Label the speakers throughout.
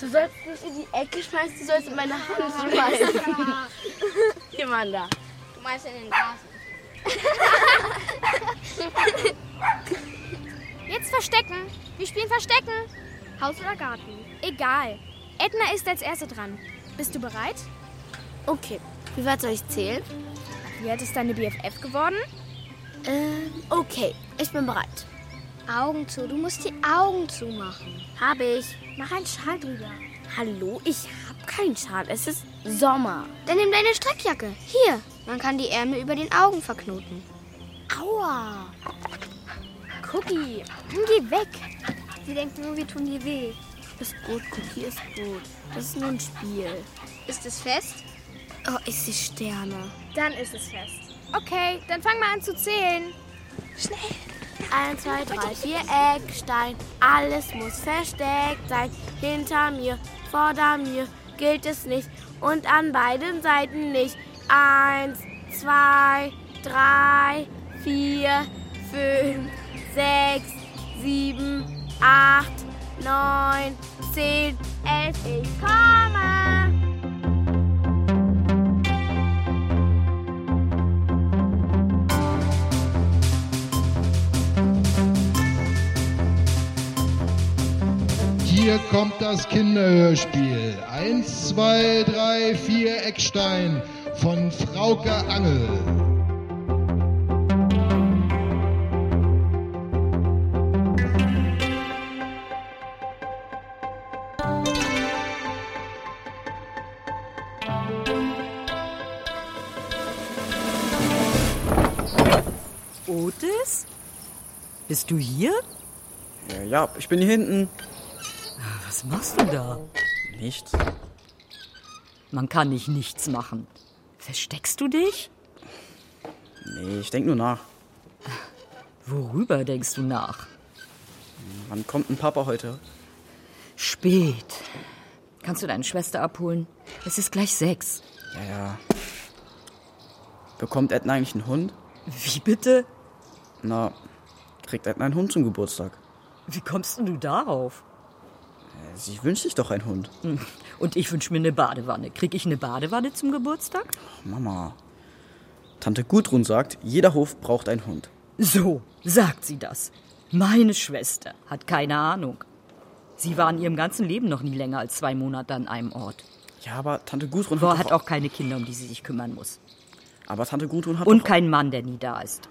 Speaker 1: Du sollst nicht in die Ecke schmeißen, du sollst in meine Hand schmeißen. Jemand da.
Speaker 2: Du meinst in den Rasen.
Speaker 3: Jetzt verstecken. Wir spielen Verstecken.
Speaker 4: Haus oder Garten?
Speaker 3: Egal. Edna ist als Erste dran. Bist du bereit?
Speaker 1: Okay. Wie weit soll ich zählen?
Speaker 3: Wie alt ist deine BFF geworden?
Speaker 1: Ähm, okay. Ich bin bereit.
Speaker 4: Äh, Augen zu. Du musst die Augen zumachen.
Speaker 1: Habe ich.
Speaker 4: Mach einen Schal drüber.
Speaker 1: Hallo, ich hab keinen Schal. Es ist Sommer.
Speaker 4: Dann nimm deine Strickjacke. Hier. Man kann die Ärmel über den Augen verknoten.
Speaker 1: Aua.
Speaker 3: Ah. Cookie, geh weg.
Speaker 4: Sie denkt nur, wir tun dir weh.
Speaker 1: Ist gut, Cookie ist gut. Das ist nur ein Spiel.
Speaker 4: Ist es fest?
Speaker 1: Oh, ich sehe Sterne.
Speaker 3: Dann ist es fest. Okay, dann fang mal an zu zählen.
Speaker 4: Schnell.
Speaker 1: 1, 2, 3, 4, Eckstein. Alles muss versteckt sein. Hinter mir, vorder mir gilt es nicht. Und an beiden Seiten nicht. 1, 2, 3, 4, 5, 6, 7, 8, 9, 10, 11. Ich komme!
Speaker 5: Hier kommt das Kinderhörspiel. Eins, zwei, drei, vier Eckstein von Frauke Angel.
Speaker 6: Otis? Bist du hier?
Speaker 7: Ja, ja, ich bin hier hinten.
Speaker 6: Ah, Was machst du da?
Speaker 7: Nichts.
Speaker 6: Man kann nicht nichts machen. Versteckst du dich?
Speaker 7: Nee, ich denk nur nach.
Speaker 6: Worüber denkst du nach?
Speaker 7: Wann kommt ein Papa heute?
Speaker 6: Spät. Kannst du deine Schwester abholen? Es ist gleich sechs.
Speaker 7: Ja, ja. Bekommt Edna eigentlich einen Hund?
Speaker 6: Wie bitte?
Speaker 7: Na, kriegt Edna einen Hund zum Geburtstag?
Speaker 6: Wie kommst denn du darauf? Hm.
Speaker 7: Sie wünscht sich doch einen Hund.
Speaker 6: Und ich wünsche mir eine Badewanne. Krieg ich eine Badewanne zum Geburtstag?
Speaker 7: Mama. Tante Gudrun sagt, jeder Hof braucht einen Hund.
Speaker 6: So, sagt sie das. Meine Schwester hat keine Ahnung. Sie war in ihrem ganzen Leben noch nie länger als zwei Monate an einem Ort.
Speaker 7: Ja, aber Tante Gudrun
Speaker 6: Boah,
Speaker 7: doch
Speaker 6: hat auch keine Kinder, um die sie sich kümmern muss.
Speaker 7: Aber Tante Gudrun hat
Speaker 6: Und
Speaker 7: doch,
Speaker 6: keinen Mann, der nie da ist.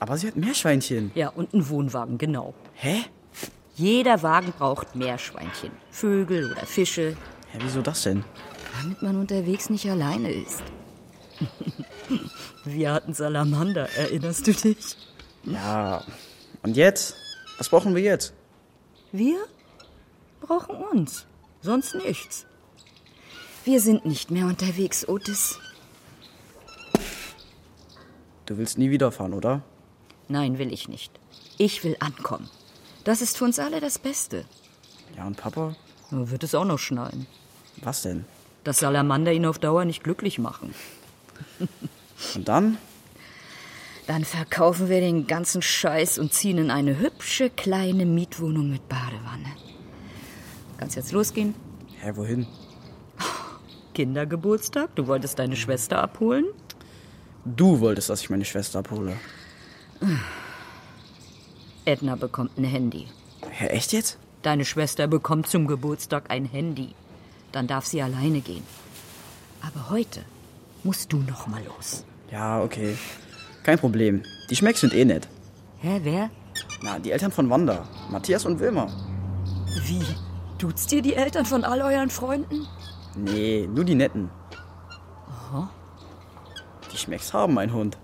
Speaker 7: Aber sie hat Meerschweinchen.
Speaker 6: Ja, und einen Wohnwagen, genau.
Speaker 7: Hä?
Speaker 6: Jeder Wagen braucht Meerschweinchen, Vögel oder Fische,
Speaker 7: Hä, wieso das denn?
Speaker 6: damit man unterwegs nicht alleine ist. Wir hatten Salamander, erinnerst du dich?
Speaker 7: Ja. Und jetzt? Was brauchen wir jetzt?
Speaker 6: Wir brauchen uns, sonst nichts. Wir sind nicht mehr unterwegs, Otis.
Speaker 7: Du willst nie wieder fahren, oder?
Speaker 6: Nein, will ich nicht. Ich will ankommen. Das ist für uns alle das Beste.
Speaker 7: Ja, und Papa?
Speaker 6: Nur wird es auch noch schneien.
Speaker 7: Was denn?
Speaker 6: Dass Salamander ihn auf Dauer nicht glücklich machen.
Speaker 7: Und dann?
Speaker 6: Dann verkaufen wir den ganzen Scheiß und ziehen in eine hübsche kleine Mietwohnung mit Badewanne. Kannst jetzt losgehen?
Speaker 7: Hä, wohin?
Speaker 6: Kindergeburtstag? Du wolltest deine Schwester abholen?
Speaker 7: Du wolltest, dass ich meine Schwester abhole.
Speaker 6: Edna bekommt ein Handy.
Speaker 7: Hä, echt jetzt?
Speaker 6: Deine Schwester bekommt zum Geburtstag ein Handy. Dann darf sie alleine gehen. Aber heute musst du noch mal los.
Speaker 7: Ja, okay. Kein Problem. Die Schmecks sind eh nett.
Speaker 6: Hä, wer?
Speaker 7: Na, die Eltern von Wanda. Matthias und Wilma.
Speaker 6: Wie? Tut's dir die Eltern von all euren Freunden?
Speaker 7: Nee, nur die netten. Aha. Die Schmecks haben einen Hund.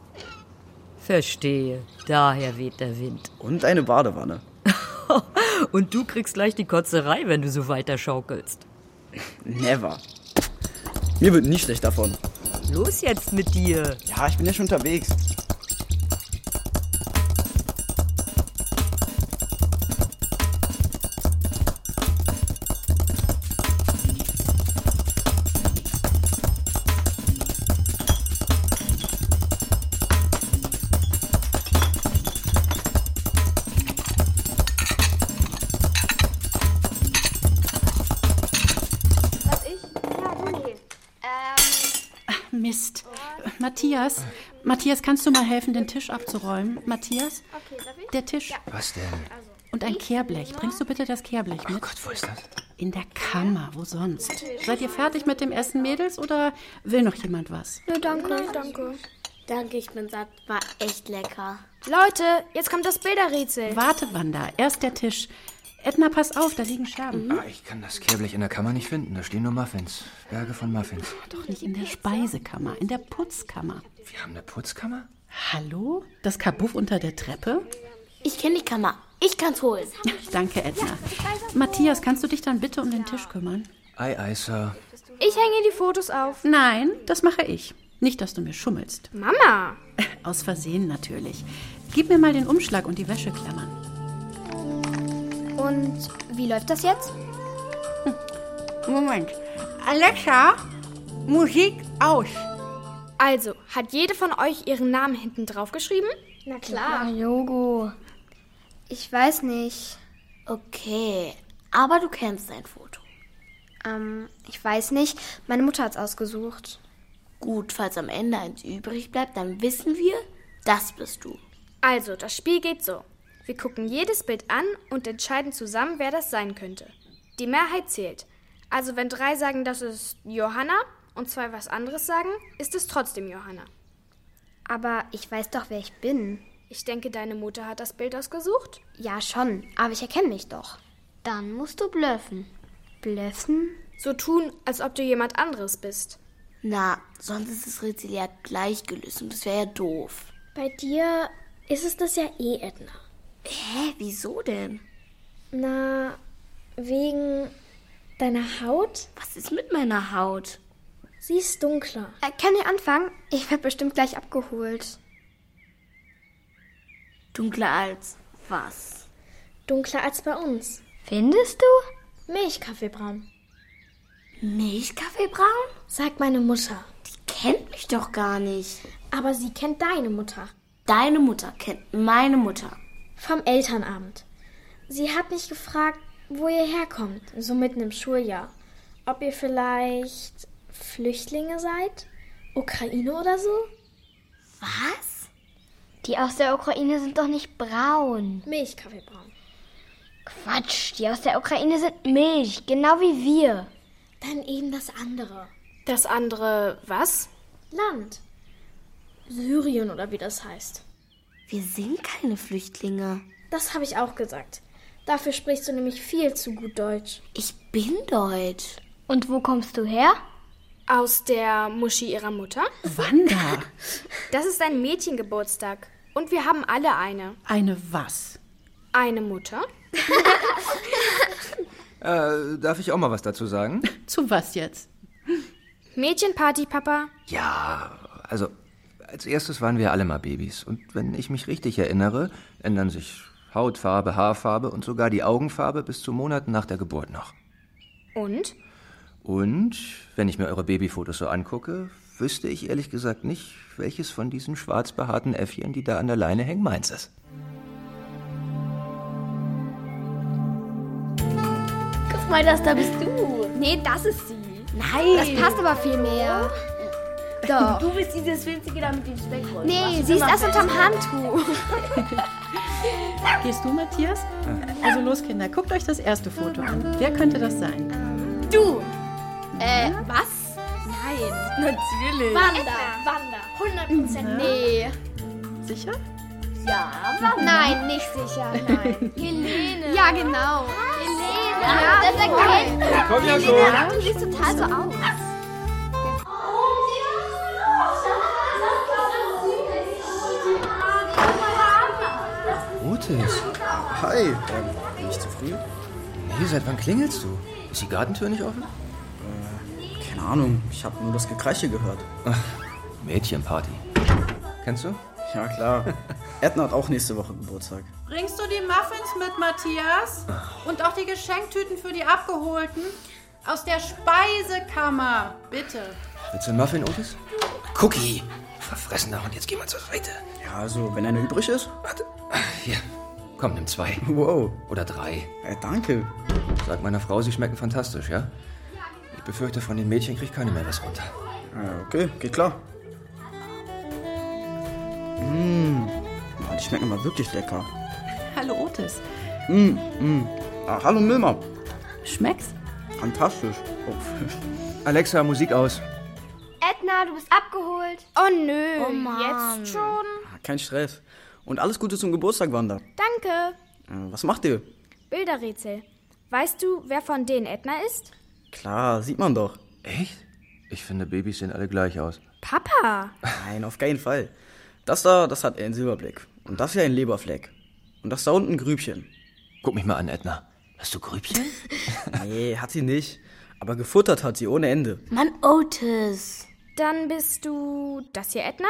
Speaker 8: Verstehe. Daher weht der Wind.
Speaker 7: Und eine Badewanne.
Speaker 8: Und du kriegst gleich die Kotzerei, wenn du so weiter schaukelst.
Speaker 7: Never. Mir wird nicht schlecht davon.
Speaker 8: Los jetzt mit dir.
Speaker 7: Ja, ich bin ja schon unterwegs.
Speaker 9: Mist. Matthias, Matthias, kannst du mal helfen, den Tisch abzuräumen? Matthias? Der Tisch.
Speaker 10: Was denn?
Speaker 9: Und ein Kehrblech. Bringst du bitte das Kehrblech mit?
Speaker 10: Gott, wo ist das?
Speaker 9: In der Kammer, wo sonst? Seid ihr fertig mit dem Essen, Mädels, oder will noch jemand was?
Speaker 11: Danke, ich bin satt. War echt lecker.
Speaker 3: Leute, jetzt kommt das Bilderrätsel.
Speaker 9: Warte, Wanda, erst der Tisch. Edna, pass auf, da liegen Scherben.
Speaker 11: Mhm.
Speaker 10: Ah, ich kann das Kehrblech in der Kammer nicht finden. Da stehen nur Muffins. Berge von Muffins.
Speaker 9: Doch nicht in der Speisekammer, in der Putzkammer.
Speaker 10: Wir haben eine Putzkammer?
Speaker 9: Hallo? Das Kabuff unter der Treppe?
Speaker 11: Ich kenne die Kammer. Ich kann's holen.
Speaker 9: Danke, Edna. Matthias, kannst du dich dann bitte um den Tisch kümmern?
Speaker 10: Ei, ei, Sir.
Speaker 3: Ich hänge die Fotos auf.
Speaker 9: Nein, das mache ich. Nicht, dass du mir schummelst.
Speaker 3: Mama.
Speaker 9: Aus Versehen natürlich. Gib mir mal den Umschlag und die Wäscheklammern.
Speaker 1: Und wie läuft das jetzt?
Speaker 9: Moment. Alexa, Musik aus.
Speaker 3: Also, hat jede von euch ihren Namen hinten drauf geschrieben?
Speaker 1: Na klar. Logo. Ich weiß nicht. Äh,
Speaker 11: Okay, aber du kennst dein Foto.
Speaker 1: Ähm, ich weiß nicht. Meine Mutter hat's ausgesucht.
Speaker 11: Gut, falls am Ende eins übrig bleibt, dann wissen wir, das bist du.
Speaker 3: Also, das Spiel geht so. Wir gucken jedes Bild an und entscheiden zusammen, wer das sein könnte. Die Mehrheit zählt. Also wenn drei sagen, das ist Johanna und zwei was anderes sagen, ist es trotzdem Johanna.
Speaker 1: Aber ich weiß doch, wer ich bin.
Speaker 3: Ich denke, deine Mutter hat das Bild ausgesucht.
Speaker 1: Ja, schon. Aber ich erkenne mich doch.
Speaker 12: Dann musst du blöffen.
Speaker 1: Blöffen?
Speaker 3: So tun, als ob du jemand anderes bist.
Speaker 11: Na, sonst ist das Rätsel ja gleich gelöst und das wäre ja doof.
Speaker 12: Bei dir ist es das ja eh, Edna.
Speaker 11: Hä, wieso denn?
Speaker 12: Na, wegen deiner Haut?
Speaker 11: Was ist mit meiner Haut?
Speaker 12: Sie ist dunkler.
Speaker 1: Äh, kann ich anfangen? Ich werde bestimmt gleich abgeholt.
Speaker 11: Dunkler als was?
Speaker 12: Dunkler als bei uns.
Speaker 1: Findest du?
Speaker 12: Milchkaffeebraun.
Speaker 11: Milchkaffeebraun?
Speaker 12: Sagt meine Mutter.
Speaker 11: Kennt mich doch gar nicht.
Speaker 12: Aber sie kennt deine Mutter.
Speaker 11: Deine Mutter kennt meine Mutter.
Speaker 12: Vom Elternabend. Sie hat mich gefragt, wo ihr herkommt, so mitten im Schuljahr. Ob ihr vielleicht Flüchtlinge seid? Ukraine oder so?
Speaker 11: Was?
Speaker 1: Die aus der Ukraine sind doch nicht braun.
Speaker 12: Milchkaffeebraun.
Speaker 1: Quatsch, die aus der Ukraine sind Milch, genau wie wir.
Speaker 12: Dann eben das andere.
Speaker 3: Das andere was?
Speaker 12: Land. Syrien oder wie das heißt.
Speaker 11: Wir sind keine Flüchtlinge.
Speaker 12: Das habe ich auch gesagt. Dafür sprichst du nämlich viel zu gut Deutsch.
Speaker 11: Ich bin deutsch.
Speaker 1: Und wo kommst du her?
Speaker 3: Aus der Muschi ihrer Mutter?
Speaker 9: Wanda,
Speaker 3: Das ist ein Mädchengeburtstag. Und wir haben alle eine.
Speaker 9: eine was?
Speaker 3: Eine Mutter?
Speaker 10: Äh, darf ich auch mal was dazu sagen?
Speaker 9: Zu was jetzt?
Speaker 3: Mädchenparty, Papa?
Speaker 10: Ja, also als erstes waren wir alle mal Babys. Und wenn ich mich richtig erinnere, ändern sich Hautfarbe, Haarfarbe und sogar die Augenfarbe bis zu Monaten nach der Geburt noch.
Speaker 3: Und?
Speaker 10: Und wenn ich mir eure Babyfotos so angucke, wüsste ich ehrlich gesagt nicht, welches von diesen schwarz behaarten Äffchen, die da an der Leine hängen, meins ist.
Speaker 12: Guck mal, das da bist du.
Speaker 3: Nee, das ist sie.
Speaker 12: Nein.
Speaker 1: Passt aber viel mehr.
Speaker 12: Du bist dieses winzige da mit dem Speckroll.
Speaker 1: Nee, sie ist das unterm Handtuch.
Speaker 9: Gehst du, Matthias? Also los, Kinder, guckt euch das erste Foto an. Wer könnte das sein?
Speaker 3: Du!
Speaker 1: Äh, Was? Nein.
Speaker 3: Natürlich.
Speaker 12: Wanda, Wanda, 100%
Speaker 1: Hm. Nee.
Speaker 9: Sicher?
Speaker 1: Nein, nicht sicher. Nein. Helene. Ja, genau. Helene.
Speaker 13: Ja, das ist geil.
Speaker 14: Komm ja schon.
Speaker 13: Lena, du siehst total so aus.
Speaker 10: Otis. Hi. Ähm, bin ich zu früh? Nee, seit wann klingelst du? Ist die Gartentür nicht offen?
Speaker 7: Äh, Keine Ahnung, ich habe nur das Gekreiche gehört.
Speaker 10: Mädchenparty. Kennst du?
Speaker 7: Ja, klar. Edna hat auch nächste Woche Geburtstag.
Speaker 9: Bringst du die Muffins mit, Matthias? Und auch die Geschenktüten für die Abgeholten? Aus der Speisekammer, bitte.
Speaker 10: Willst du einen Muffin, Otis? Cookie. Verfressener und jetzt gehen wir zur Seite.
Speaker 7: Ja, also, wenn einer übrig ist.
Speaker 10: Warte. Hier. Komm, nimm zwei.
Speaker 7: Wow.
Speaker 10: Oder drei.
Speaker 7: Ja, danke.
Speaker 10: Sag meiner Frau, sie schmecken fantastisch, ja? Ich befürchte, von den Mädchen kriegt keine mehr was runter.
Speaker 7: Ja, okay, geht klar.
Speaker 10: Mm.
Speaker 7: Mmh. Ja, die schmecken aber wirklich lecker.
Speaker 9: Hallo Otis.
Speaker 7: Mmh, mmh. Ah, hallo Milma.
Speaker 9: Schmeckt's?
Speaker 7: Fantastisch. Oh.
Speaker 10: Alexa, Musik aus.
Speaker 13: Edna, du bist abgeholt.
Speaker 3: Oh nö,
Speaker 13: Oh Mann.
Speaker 3: jetzt schon.
Speaker 7: Ah, Kein Stress. Und alles Gute zum Geburtstag, Wanda.
Speaker 3: Danke.
Speaker 7: Äh, was macht ihr?
Speaker 3: Bilderrätsel. Weißt du, wer von denen Edna ist?
Speaker 7: Klar, sieht man doch.
Speaker 10: Echt? Ich finde, Babys sehen alle gleich aus.
Speaker 3: Papa.
Speaker 7: Nein, auf keinen Fall. Das da, das hat einen Silberblick. Und das hier ein Leberfleck. Und das da unten ein Grübchen.
Speaker 10: Guck mich mal an, Edna. Hast du Grübchen?
Speaker 7: nee, hat sie nicht. Aber gefuttert hat sie ohne Ende.
Speaker 3: Mann, Otis. Dann bist du das hier Edna?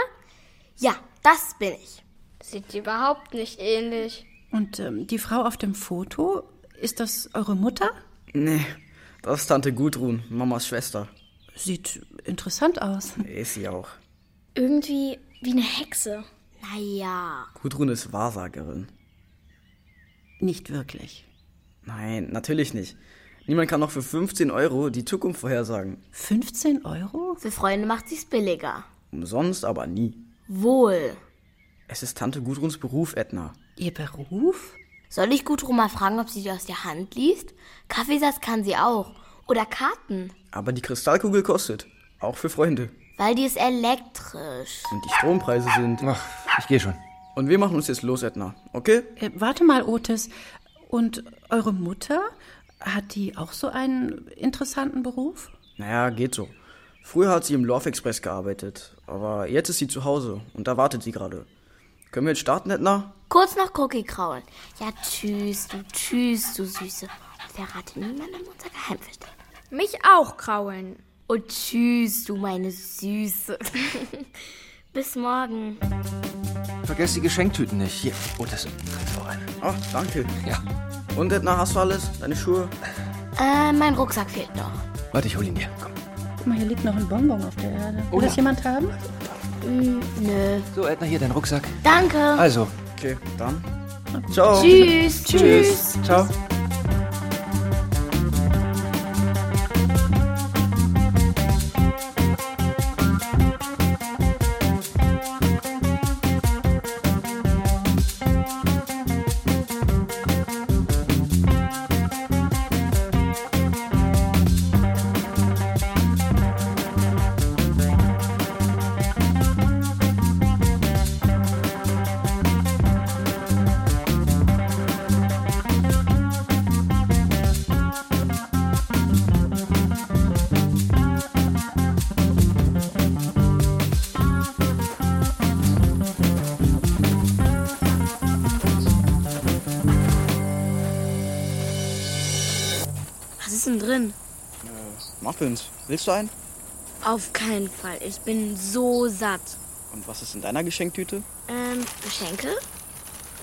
Speaker 3: Ja, das bin ich.
Speaker 11: Sieht überhaupt nicht ähnlich.
Speaker 9: Und ähm, die Frau auf dem Foto, ist das eure Mutter?
Speaker 7: Nee, das ist Tante Gudrun, Mamas Schwester.
Speaker 9: Sieht interessant aus.
Speaker 7: Ist sie auch.
Speaker 12: Irgendwie wie eine Hexe.
Speaker 1: Naja.
Speaker 7: Gudrun ist Wahrsagerin.
Speaker 9: Nicht wirklich.
Speaker 7: Nein, natürlich nicht. Niemand kann noch für 15 Euro die Zukunft vorhersagen.
Speaker 9: 15 Euro?
Speaker 1: Für Freunde macht sie's billiger.
Speaker 7: Umsonst aber nie.
Speaker 1: Wohl.
Speaker 7: Es ist Tante Gudruns Beruf, Edna.
Speaker 9: Ihr Beruf?
Speaker 1: Soll ich Gudrun mal fragen, ob sie dir aus der Hand liest? Kaffeesatz kann sie auch. Oder Karten.
Speaker 7: Aber die Kristallkugel kostet. Auch für Freunde.
Speaker 1: Weil die ist elektrisch.
Speaker 7: Und die Strompreise sind.
Speaker 10: Ach, ich gehe schon.
Speaker 7: Und wir machen uns jetzt los, Edna. Okay?
Speaker 9: Äh, warte mal, Otis. Und eure Mutter? Hat die auch so einen interessanten Beruf?
Speaker 7: Naja, geht so. Früher hat sie im Love Express gearbeitet. Aber jetzt ist sie zu Hause und da wartet sie gerade. Können wir jetzt starten, Edna?
Speaker 1: Kurz noch Cookie kraulen. Ja, tschüss, du tschüss, du Süße. Verrate niemandem unser Geheimversteck.
Speaker 3: Mich auch kraulen.
Speaker 1: Und tschüss, du meine Süße. Bis morgen.
Speaker 10: Vergesst die Geschenktüten nicht. Hier, Otis, tritt voran.
Speaker 7: Ach, danke.
Speaker 10: Ja.
Speaker 7: Und Edna, hast du alles? Deine Schuhe?
Speaker 1: Äh, mein Rucksack fehlt noch.
Speaker 10: Warte, ich hol ihn dir. Komm.
Speaker 9: Guck mal, hier liegt noch ein Bonbon auf der Erde. Will das jemand haben?
Speaker 1: Mm, nö.
Speaker 10: So, Edna, hier dein Rucksack.
Speaker 1: Danke.
Speaker 10: Also.
Speaker 7: Okay, dann. Ciao.
Speaker 1: Tschüss.
Speaker 7: Tschüss. Ciao.
Speaker 11: Was ist denn drin?
Speaker 7: Äh, Muffins, willst du einen?
Speaker 11: Auf keinen Fall. Ich bin so satt.
Speaker 7: Und was ist in deiner Geschenktüte?
Speaker 11: Ähm, Geschenke?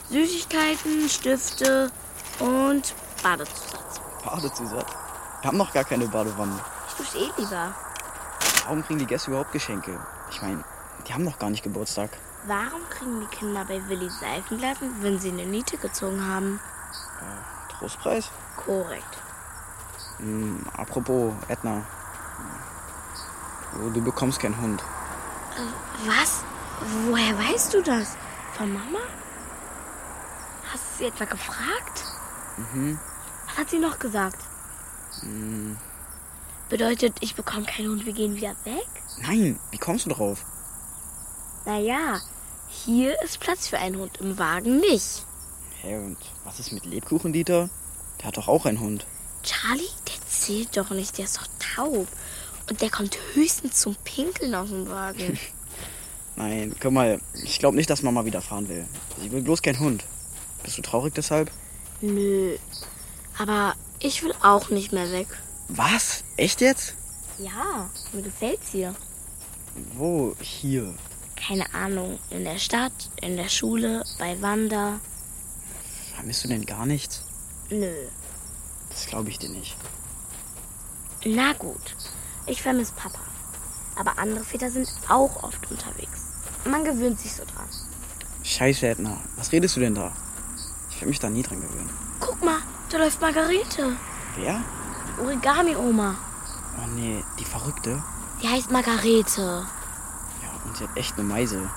Speaker 11: Süßigkeiten, Stifte und Badezusatz.
Speaker 7: Badezusatz. Wir haben noch gar keine Badewanne.
Speaker 11: Ich dusch eh lieber.
Speaker 7: Warum kriegen die Gäste überhaupt Geschenke? Ich meine, die haben noch gar nicht Geburtstag.
Speaker 11: Warum kriegen die Kinder bei Willi Seifenblasen, wenn sie eine Niete gezogen haben?
Speaker 7: Trostpreis?
Speaker 11: Korrekt.
Speaker 7: Hm, apropos, Edna. Oh, Du, du bekommst keinen Hund.
Speaker 11: Äh, Was? Woher weißt du das? Von Mama? Hast du sie etwa gefragt?
Speaker 7: Mhm.
Speaker 11: Was hat sie noch gesagt?
Speaker 7: Hm,
Speaker 11: Bedeutet, ich bekomme keinen Hund, wir gehen wieder weg?
Speaker 7: nein, wie kommst du drauf?
Speaker 11: Naja, hier ist Platz für einen Hund, im Wagen nicht.
Speaker 7: Hä, und was ist mit Lebkuchen, Dieter? Der hat doch auch einen Hund.
Speaker 1: Charlie, der zählt doch nicht, der ist doch taub. Und der kommt höchstens zum Pinkeln aus dem Wagen.
Speaker 7: Nein, guck mal, ich glaube nicht, dass Mama wieder fahren will. Sie will bloß keinen Hund. Bist du traurig deshalb?
Speaker 1: Nö. Aber ich will auch nicht mehr weg.
Speaker 7: Was? Echt jetzt?
Speaker 1: Ja, mir gefällt's hier.
Speaker 7: Wo? Hier.
Speaker 1: Keine Ahnung. In der Stadt, in der Schule, bei Wanda.
Speaker 7: Vermisst du denn gar nichts?
Speaker 1: Nö.
Speaker 7: Das glaube ich dir nicht.
Speaker 1: Na gut. Ich vermisse Papa. Aber andere Väter sind auch oft unterwegs. Man gewöhnt sich so dran.
Speaker 7: Scheiße, Edna. Was redest du denn da? Ich will mich da nie dran gewöhnen.
Speaker 1: Guck mal, da läuft Margarete.
Speaker 7: Wer?
Speaker 1: Die Origami-Oma.
Speaker 7: Oh nee, die Verrückte.
Speaker 1: Die heißt Margarete.
Speaker 7: Und sie hat echt eine Meise.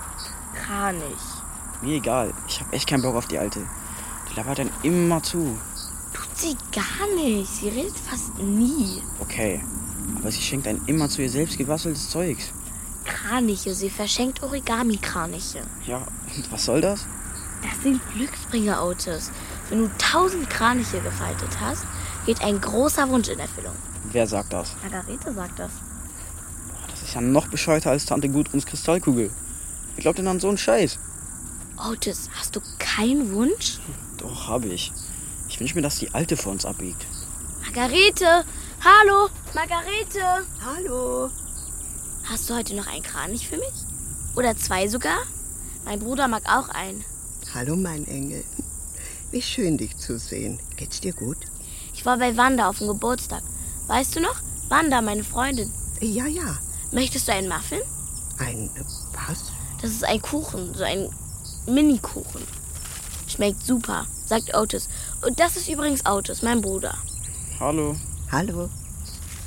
Speaker 1: Gar nicht.
Speaker 7: Mir egal. Ich habe echt keinen Bock auf die Alte. Die labert dann immer zu.
Speaker 1: Tut sie gar nicht. Sie redet fast nie.
Speaker 7: Okay. Aber sie schenkt einen immer zu ihr selbst gebasteltes Zeugs.
Speaker 1: Kraniche. Sie verschenkt Origami-Kraniche.
Speaker 7: Ja, und was soll das?
Speaker 1: Das sind Glücksbringer, Otis. Wenn du tausend Kraniche gefaltet hast, geht ein großer Wunsch in Erfüllung.
Speaker 7: Wer sagt das?
Speaker 1: Margarete sagt das.
Speaker 7: Das ist ja noch bescheuerter als Tante Gudruns Kristallkugel. Wer glaubt denn an so einen Scheiß?
Speaker 1: Otis, hast du keinen Wunsch?
Speaker 7: Doch, habe ich. Ich wünsche mir, dass die Alte vor uns abbiegt.
Speaker 1: Margarete! Hallo! Margarete!
Speaker 14: Hallo!
Speaker 1: Hast du heute noch einen Kranich für mich? Oder zwei sogar? Mein Bruder mag auch einen.
Speaker 14: Hallo, mein Engel. Wie schön, dich zu sehen. Geht's dir gut?
Speaker 1: Ich war bei Wanda auf dem Geburtstag. Weißt du noch? Wanda, meine Freundin.
Speaker 14: Ja, ja.
Speaker 1: Möchtest du einen Muffin?
Speaker 14: Ein was?
Speaker 1: Das ist ein Kuchen, so ein Mini-Kuchen. Schmeckt super, sagt Otis. Und das ist übrigens Otis, mein Bruder.
Speaker 7: Hallo.
Speaker 14: Hallo.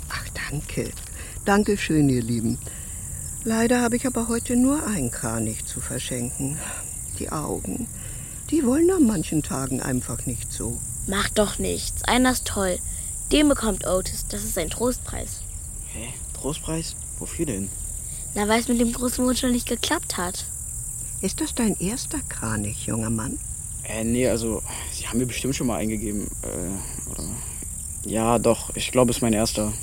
Speaker 14: Ach, danke. Danke schön, ihr Lieben. Leider habe ich aber heute nur einen Kranich zu verschenken. Die Augen. Die wollen an manchen Tagen einfach nicht so.
Speaker 1: Macht doch nichts, einer ist toll. Den bekommt Otis, das ist ein Trostpreis.
Speaker 7: Hä? Trostpreis? Wofür denn?
Speaker 1: Na, weil es mit dem großen Wunsch noch nicht geklappt hat.
Speaker 14: Ist das dein erster Kranich, junger Mann?
Speaker 7: Äh, nee, also, sie haben mir bestimmt schon mal eingegeben. Äh, oder? Ja, doch, ich glaube, es ist mein erster.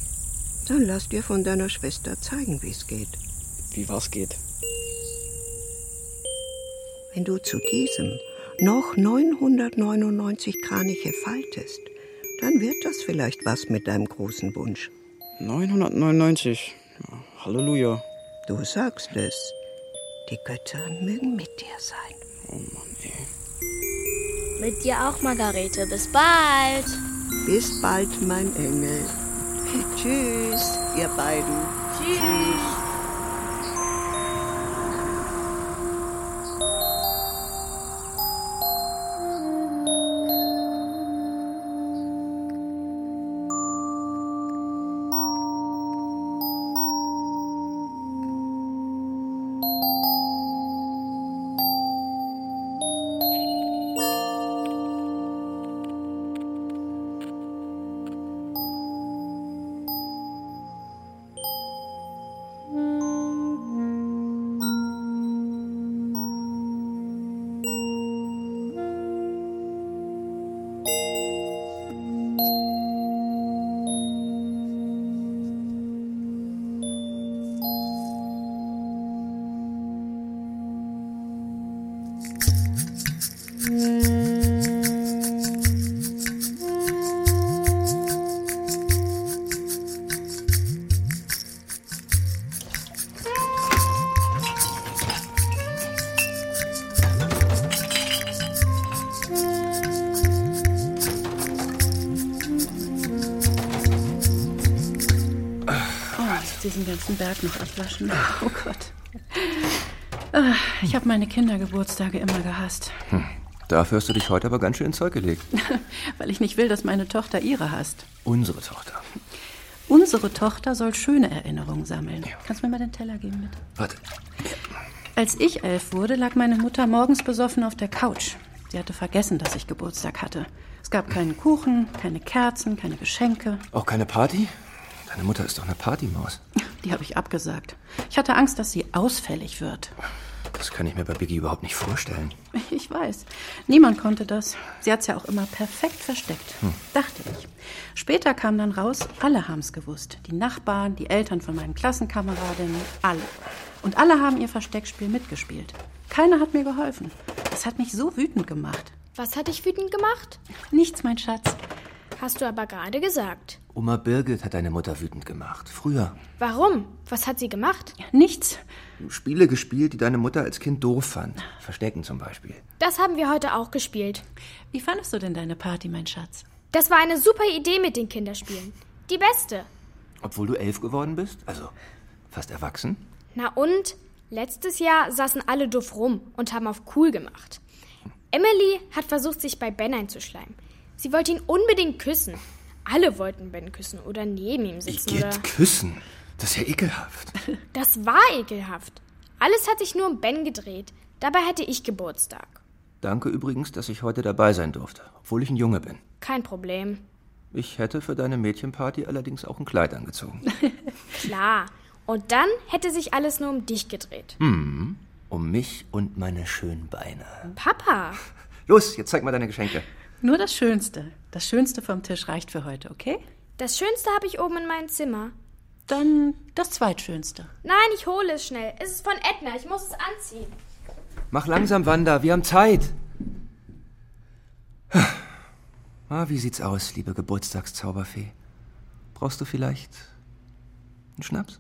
Speaker 14: Dann lass dir von deiner Schwester zeigen, wie es geht.
Speaker 7: Wie was geht?
Speaker 14: Wenn du zu diesem noch 999 Kraniche faltest, dann wird das vielleicht was mit deinem großen Wunsch.
Speaker 7: 999. Ja, Halleluja.
Speaker 14: Du sagst es. Die Götter mögen mit dir sein.
Speaker 7: Oh Mann, ey.
Speaker 1: Mit dir auch, Margarete. Bis bald.
Speaker 14: Bis bald, mein Engel. Tschüss, ihr beiden. Tschüss.
Speaker 9: Oh, jetzt diesen ganzen Berg noch abwaschen. Oh Gott. Ah, Ich habe meine Kindergeburtstage immer gehasst,
Speaker 10: Hm. Dafür hast du dich heute aber ganz schön ins Zeug gelegt.
Speaker 9: weil ich nicht will, dass meine Tochter ihre hasst.
Speaker 10: Unsere Tochter.
Speaker 9: Unsere Tochter soll schöne Erinnerungen sammeln. Kannst du mir mal den Teller geben, bitte?
Speaker 10: Warte.
Speaker 9: Als ich elf wurde, lag meine Mutter morgens besoffen auf der Couch. Sie hatte vergessen, dass ich Geburtstag hatte. Es gab keinen Kuchen, keine Kerzen, keine Geschenke.
Speaker 10: Auch keine Party? Deine Mutter ist doch eine Partymaus.
Speaker 9: Die habe ich abgesagt. Ich hatte Angst, dass sie ausfällig wird.
Speaker 10: Das kann ich mir bei Biggie überhaupt nicht vorstellen.
Speaker 9: Ich weiß. Niemand konnte das. Sie hat es ja auch immer perfekt versteckt.
Speaker 10: Hm.
Speaker 9: Dachte ich. Später kam dann raus, alle haben es gewusst. Die Nachbarn, die Eltern von meinen Klassenkameradinnen, alle. Und alle haben ihr Versteckspiel mitgespielt. Keiner hat mir geholfen. Das hat mich so wütend gemacht.
Speaker 3: Was hat dich wütend gemacht?
Speaker 9: Nichts, mein Schatz.
Speaker 3: Hast du aber gerade gesagt.
Speaker 10: Oma Birgit hat deine Mutter wütend gemacht. Früher.
Speaker 3: Warum? Was hat sie gemacht?
Speaker 9: Nichts.
Speaker 10: Spiele gespielt, die deine Mutter als Kind doof fand. Verstecken zum Beispiel.
Speaker 3: Das haben wir heute auch gespielt.
Speaker 9: Wie fandest du denn deine Party, mein Schatz?
Speaker 3: Das war eine super Idee mit den Kinderspielen. Die beste.
Speaker 10: Obwohl du elf geworden bist? Also fast erwachsen?
Speaker 3: Na und? Letztes Jahr saßen alle doof rum und haben auf cool gemacht. Emily hat versucht, sich bei Ben einzuschleimen. Sie wollte ihn unbedingt küssen. Alle wollten Ben küssen oder neben ihm sitzen. Oder
Speaker 10: Küssen? Das ist ja ekelhaft.
Speaker 3: das war ekelhaft. Alles hat sich nur um Ben gedreht. Dabei hatte ich Geburtstag.
Speaker 10: Danke übrigens, dass ich heute dabei sein durfte, obwohl ich ein Junge bin.
Speaker 3: Kein Problem.
Speaker 10: Ich hätte für deine Mädchenparty allerdings auch ein Kleid angezogen.
Speaker 3: Klar. Und dann hätte sich alles nur um dich gedreht.
Speaker 10: Hm. Um mich und meine schönen Beine.
Speaker 3: Papa!
Speaker 10: Los, jetzt zeig mal deine Geschenke.
Speaker 9: Nur das Schönste. Das Schönste vom Tisch reicht für heute, okay?
Speaker 3: Das Schönste habe ich oben in meinem Zimmer.
Speaker 9: Dann das Zweitschönste.
Speaker 3: Nein, ich hole es schnell. Es ist von Edna. Ich muss es anziehen.
Speaker 10: Mach langsam, Wanda, wir haben Zeit. Ah, wie sieht's aus, liebe Geburtstagszauberfee? Brauchst du vielleicht einen Schnaps?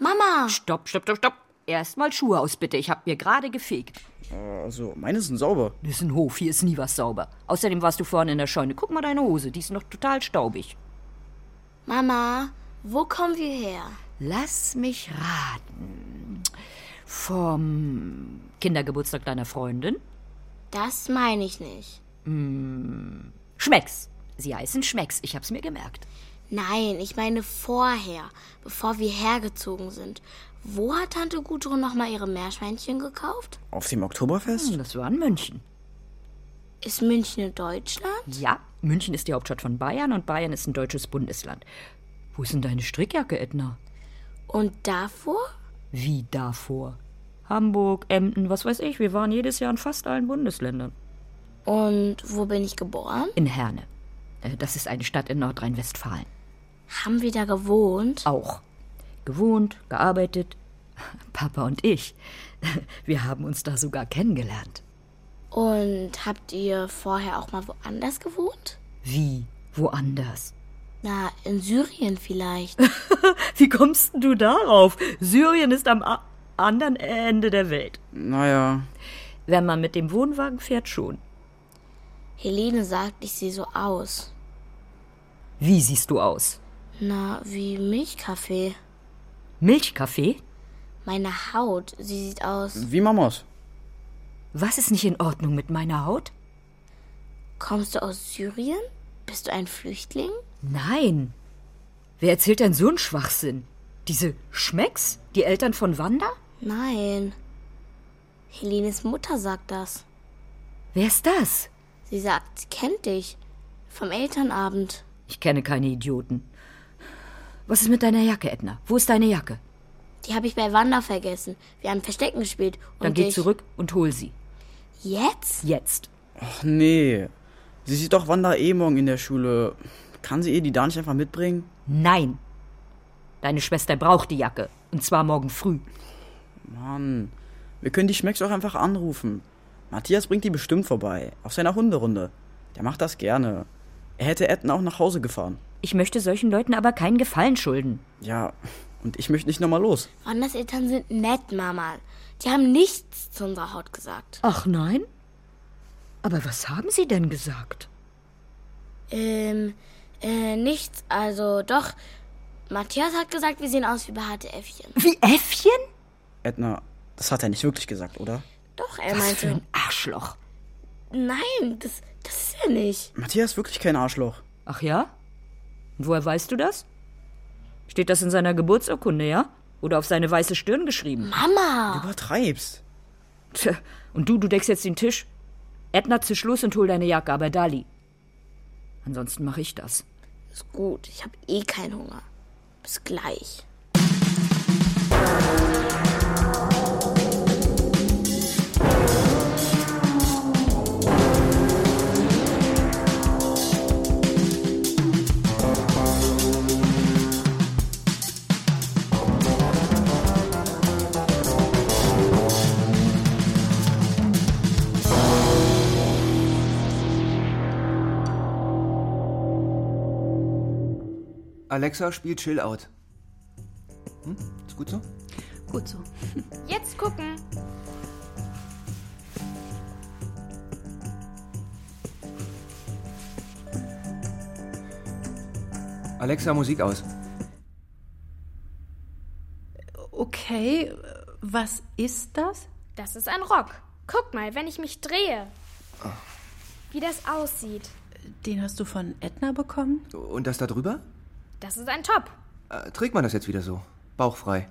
Speaker 6: Mama! Stopp, stopp, stopp, stopp. Erstmal Schuhe aus, bitte. Ich hab mir gerade gefegt.
Speaker 7: Also, meine sind sauber.
Speaker 6: Das ist ein Hof, hier ist nie was sauber. Außerdem warst du vorne in der Scheune. Guck mal deine Hose, die ist noch total staubig.
Speaker 1: Mama, wo kommen wir her?
Speaker 6: Lass mich raten. Vom Kindergeburtstag deiner Freundin?
Speaker 1: Das meine ich nicht.
Speaker 6: Hm, Schmecks. Sie heißen Schmecks. Ich hab's mir gemerkt.
Speaker 1: Nein, ich meine vorher, bevor wir hergezogen sind. Wo hat Tante Gudrun nochmal ihre Meerschweinchen gekauft?
Speaker 7: Auf dem Oktoberfest?
Speaker 6: Hm, Das war in München.
Speaker 1: Ist München in Deutschland?
Speaker 6: Ja, München ist die Hauptstadt von Bayern und Bayern ist ein deutsches Bundesland. Wo ist denn deine Strickjacke, Edna?
Speaker 1: Und davor?
Speaker 6: Wie davor? Hamburg, Emden, was weiß ich. Wir waren jedes Jahr in fast allen Bundesländern.
Speaker 1: Und wo bin ich geboren?
Speaker 6: In Herne. Äh, Das ist eine Stadt in Nordrhein-Westfalen.
Speaker 1: Haben wir da gewohnt?
Speaker 6: Auch. Gewohnt, gearbeitet. Papa und ich. Wir haben uns da sogar kennengelernt.
Speaker 1: Und habt ihr vorher auch mal woanders gewohnt?
Speaker 6: Wie? Woanders?
Speaker 1: Na, in Syrien vielleicht.
Speaker 6: Wie kommst denn du darauf? Syrien ist am a- anderen Ende der Welt.
Speaker 7: Naja.
Speaker 6: Wenn man mit dem Wohnwagen fährt, schon.
Speaker 1: Helene sagt, ich sehe so aus.
Speaker 6: Wie siehst du aus?
Speaker 1: Na, wie Milchkaffee.
Speaker 6: Milchkaffee?
Speaker 1: Meine Haut, sie sieht aus.
Speaker 7: Wie Mamas.
Speaker 6: Was ist nicht in Ordnung mit meiner Haut?
Speaker 1: Kommst du aus Syrien? Bist du ein Flüchtling?
Speaker 6: Nein. Wer erzählt denn so einen Schwachsinn? Diese Schmecks? Die Eltern von Wanda?
Speaker 1: Nein. Helenes Mutter sagt das.
Speaker 6: Wer ist das?
Speaker 1: Sie sagt, sie kennt dich. Vom Elternabend.
Speaker 6: Ich kenne keine Idioten. Was ist mit deiner Jacke, Edna? Wo ist deine Jacke?
Speaker 1: Die habe ich bei Wanda vergessen. Wir haben Verstecken gespielt. Und
Speaker 6: Dann geh
Speaker 1: ich-
Speaker 6: zurück und hol sie.
Speaker 1: Jetzt?
Speaker 6: Jetzt.
Speaker 7: Ach nee. Sie sieht doch Wanda eh morgen in der Schule. Kann sie ihr die da nicht einfach mitbringen?
Speaker 6: Nein. Deine Schwester braucht die Jacke. Und zwar morgen früh.
Speaker 7: Mann. Wir können die Schmecks auch einfach anrufen. Matthias bringt die bestimmt vorbei. Auf seiner Hunderunde. Der macht das gerne. Er hätte Edna auch nach Hause gefahren.
Speaker 6: Ich möchte solchen Leuten aber keinen Gefallen schulden.
Speaker 7: Ja, und ich möchte nicht nochmal los.
Speaker 1: Wandas Eltern sind nett, Mama. Die haben nichts zu unserer Haut gesagt.
Speaker 6: Ach nein? Aber was haben sie denn gesagt?
Speaker 1: Ähm, äh, nichts. Also doch. Matthias hat gesagt, wir sehen aus wie behaarte Äffchen.
Speaker 6: Wie Äffchen?
Speaker 7: Edna, das hat er nicht wirklich gesagt, oder?
Speaker 1: Doch, er meinte.
Speaker 6: Arschloch.
Speaker 1: Nein, das, das ist er nicht.
Speaker 7: Matthias ist wirklich kein Arschloch.
Speaker 6: Ach ja? Woher weißt du das? Steht das in seiner Geburtsurkunde, ja? Oder auf seine weiße Stirn geschrieben?
Speaker 1: Mama!
Speaker 7: Übertreibst.
Speaker 6: Tja, und du, du deckst jetzt den Tisch? Edna, zisch los und hol deine Jacke, aber Dali. Ansonsten mache ich das.
Speaker 1: Ist gut, ich habe eh keinen Hunger. Bis gleich.
Speaker 10: Alexa spielt Chill Out. Hm? Ist gut so?
Speaker 9: Gut so.
Speaker 3: Jetzt gucken.
Speaker 10: Alexa, Musik aus.
Speaker 9: Okay, was ist das?
Speaker 3: Das ist ein Rock. Guck mal, wenn ich mich drehe. Wie das aussieht.
Speaker 9: Den hast du von Edna bekommen?
Speaker 10: Und das da drüber?
Speaker 3: Das ist ein Top.
Speaker 10: Äh, trägt man das jetzt wieder so? Bauchfrei.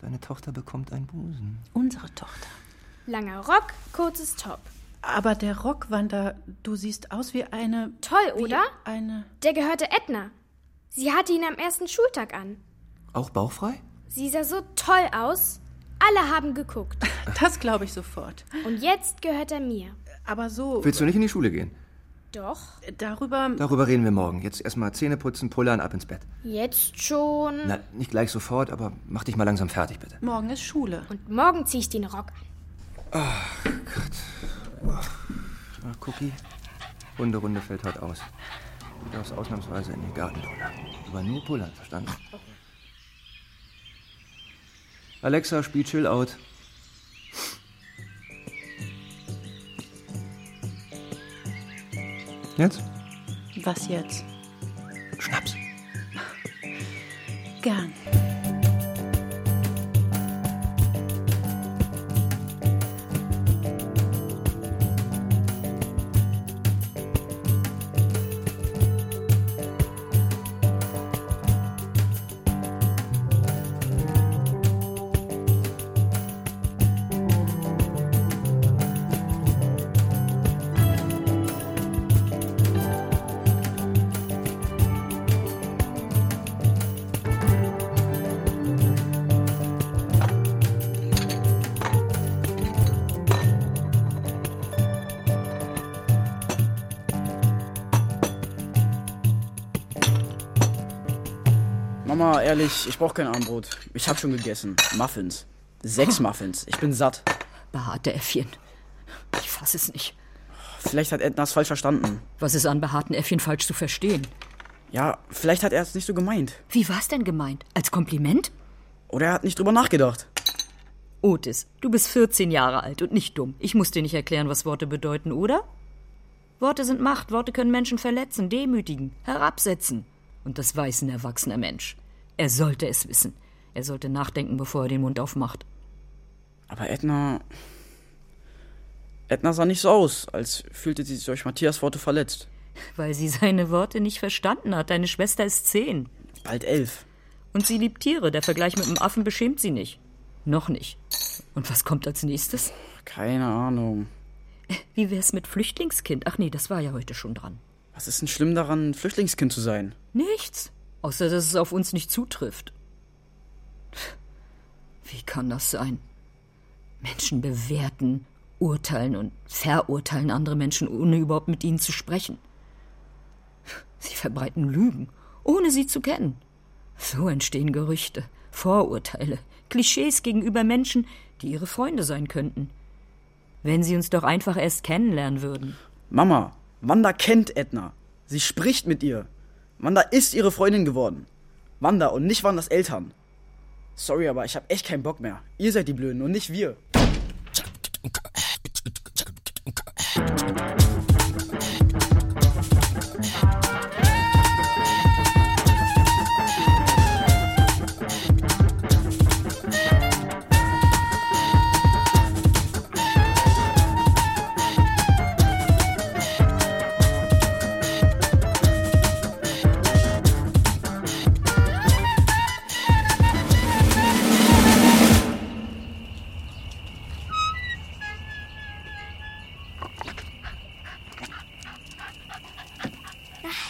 Speaker 10: Deine Tochter bekommt einen Busen.
Speaker 9: Unsere Tochter.
Speaker 3: Langer Rock, kurzes Top.
Speaker 9: Aber der Rockwander, du siehst aus wie eine.
Speaker 3: Toll,
Speaker 9: wie
Speaker 3: oder?
Speaker 9: Eine.
Speaker 3: Der gehörte Edna. Sie hatte ihn am ersten Schultag an.
Speaker 10: Auch bauchfrei?
Speaker 3: Sie sah so toll aus. Alle haben geguckt.
Speaker 9: Das glaube ich sofort.
Speaker 3: Und jetzt gehört er mir.
Speaker 9: Aber so.
Speaker 10: Willst du nicht in die Schule gehen?
Speaker 3: Doch.
Speaker 9: Darüber.
Speaker 10: Darüber reden wir morgen. Jetzt erstmal Zähne putzen, pullern, ab ins Bett.
Speaker 3: Jetzt schon.
Speaker 10: Na, nicht gleich sofort, aber mach dich mal langsam fertig, bitte.
Speaker 9: Morgen ist Schule.
Speaker 3: Und morgen ziehe ich den Rock an.
Speaker 10: Ach Gott. Na, Cookie, Hunderunde fällt heute aus. Du darfst ausnahmsweise in den Garten pullern. Aber nur pullern, verstanden? Alexa, spiel Chill Out. Jetzt?
Speaker 9: Was jetzt?
Speaker 10: Schnaps.
Speaker 9: Gern.
Speaker 7: Mama, ehrlich, ich brauche kein Armbrot. Ich habe schon gegessen. Muffins. Sechs Muffins. Ich bin satt.
Speaker 6: Behaarte Äffchen. Ich fasse es nicht.
Speaker 7: Vielleicht hat Edna es falsch verstanden.
Speaker 6: Was ist an behaarten Äffchen falsch zu verstehen?
Speaker 7: Ja, vielleicht hat er es nicht so gemeint.
Speaker 6: Wie war's denn gemeint? Als Kompliment?
Speaker 7: Oder er hat nicht drüber nachgedacht.
Speaker 6: Otis, du bist 14 Jahre alt und nicht dumm. Ich muss dir nicht erklären, was Worte bedeuten, oder? Worte sind Macht. Worte können Menschen verletzen, demütigen, herabsetzen. Und das weiß ein erwachsener Mensch. Er sollte es wissen. Er sollte nachdenken, bevor er den Mund aufmacht.
Speaker 7: Aber Edna. Edna sah nicht so aus, als fühlte sie sich durch Matthias Worte verletzt.
Speaker 6: Weil sie seine Worte nicht verstanden hat. Deine Schwester ist zehn.
Speaker 7: Bald elf.
Speaker 6: Und sie liebt Tiere. Der Vergleich mit dem Affen beschämt sie nicht. Noch nicht. Und was kommt als nächstes?
Speaker 7: Keine Ahnung.
Speaker 6: Wie wär's mit Flüchtlingskind? Ach nee, das war ja heute schon dran.
Speaker 7: Was ist denn schlimm daran, ein Flüchtlingskind zu sein?
Speaker 6: Nichts. Außer, dass es auf uns nicht zutrifft. Wie kann das sein? Menschen bewerten, urteilen und verurteilen andere Menschen, ohne überhaupt mit ihnen zu sprechen. Sie verbreiten Lügen, ohne sie zu kennen. So entstehen Gerüchte, Vorurteile, Klischees gegenüber Menschen, die ihre Freunde sein könnten. Wenn sie uns doch einfach erst kennenlernen würden.
Speaker 7: Mama, Wanda kennt Edna. Sie spricht mit ihr. Wanda ist ihre Freundin geworden. Wanda und nicht Wandas Eltern. Sorry, aber ich hab echt keinen Bock mehr. Ihr seid die Blöden und nicht wir.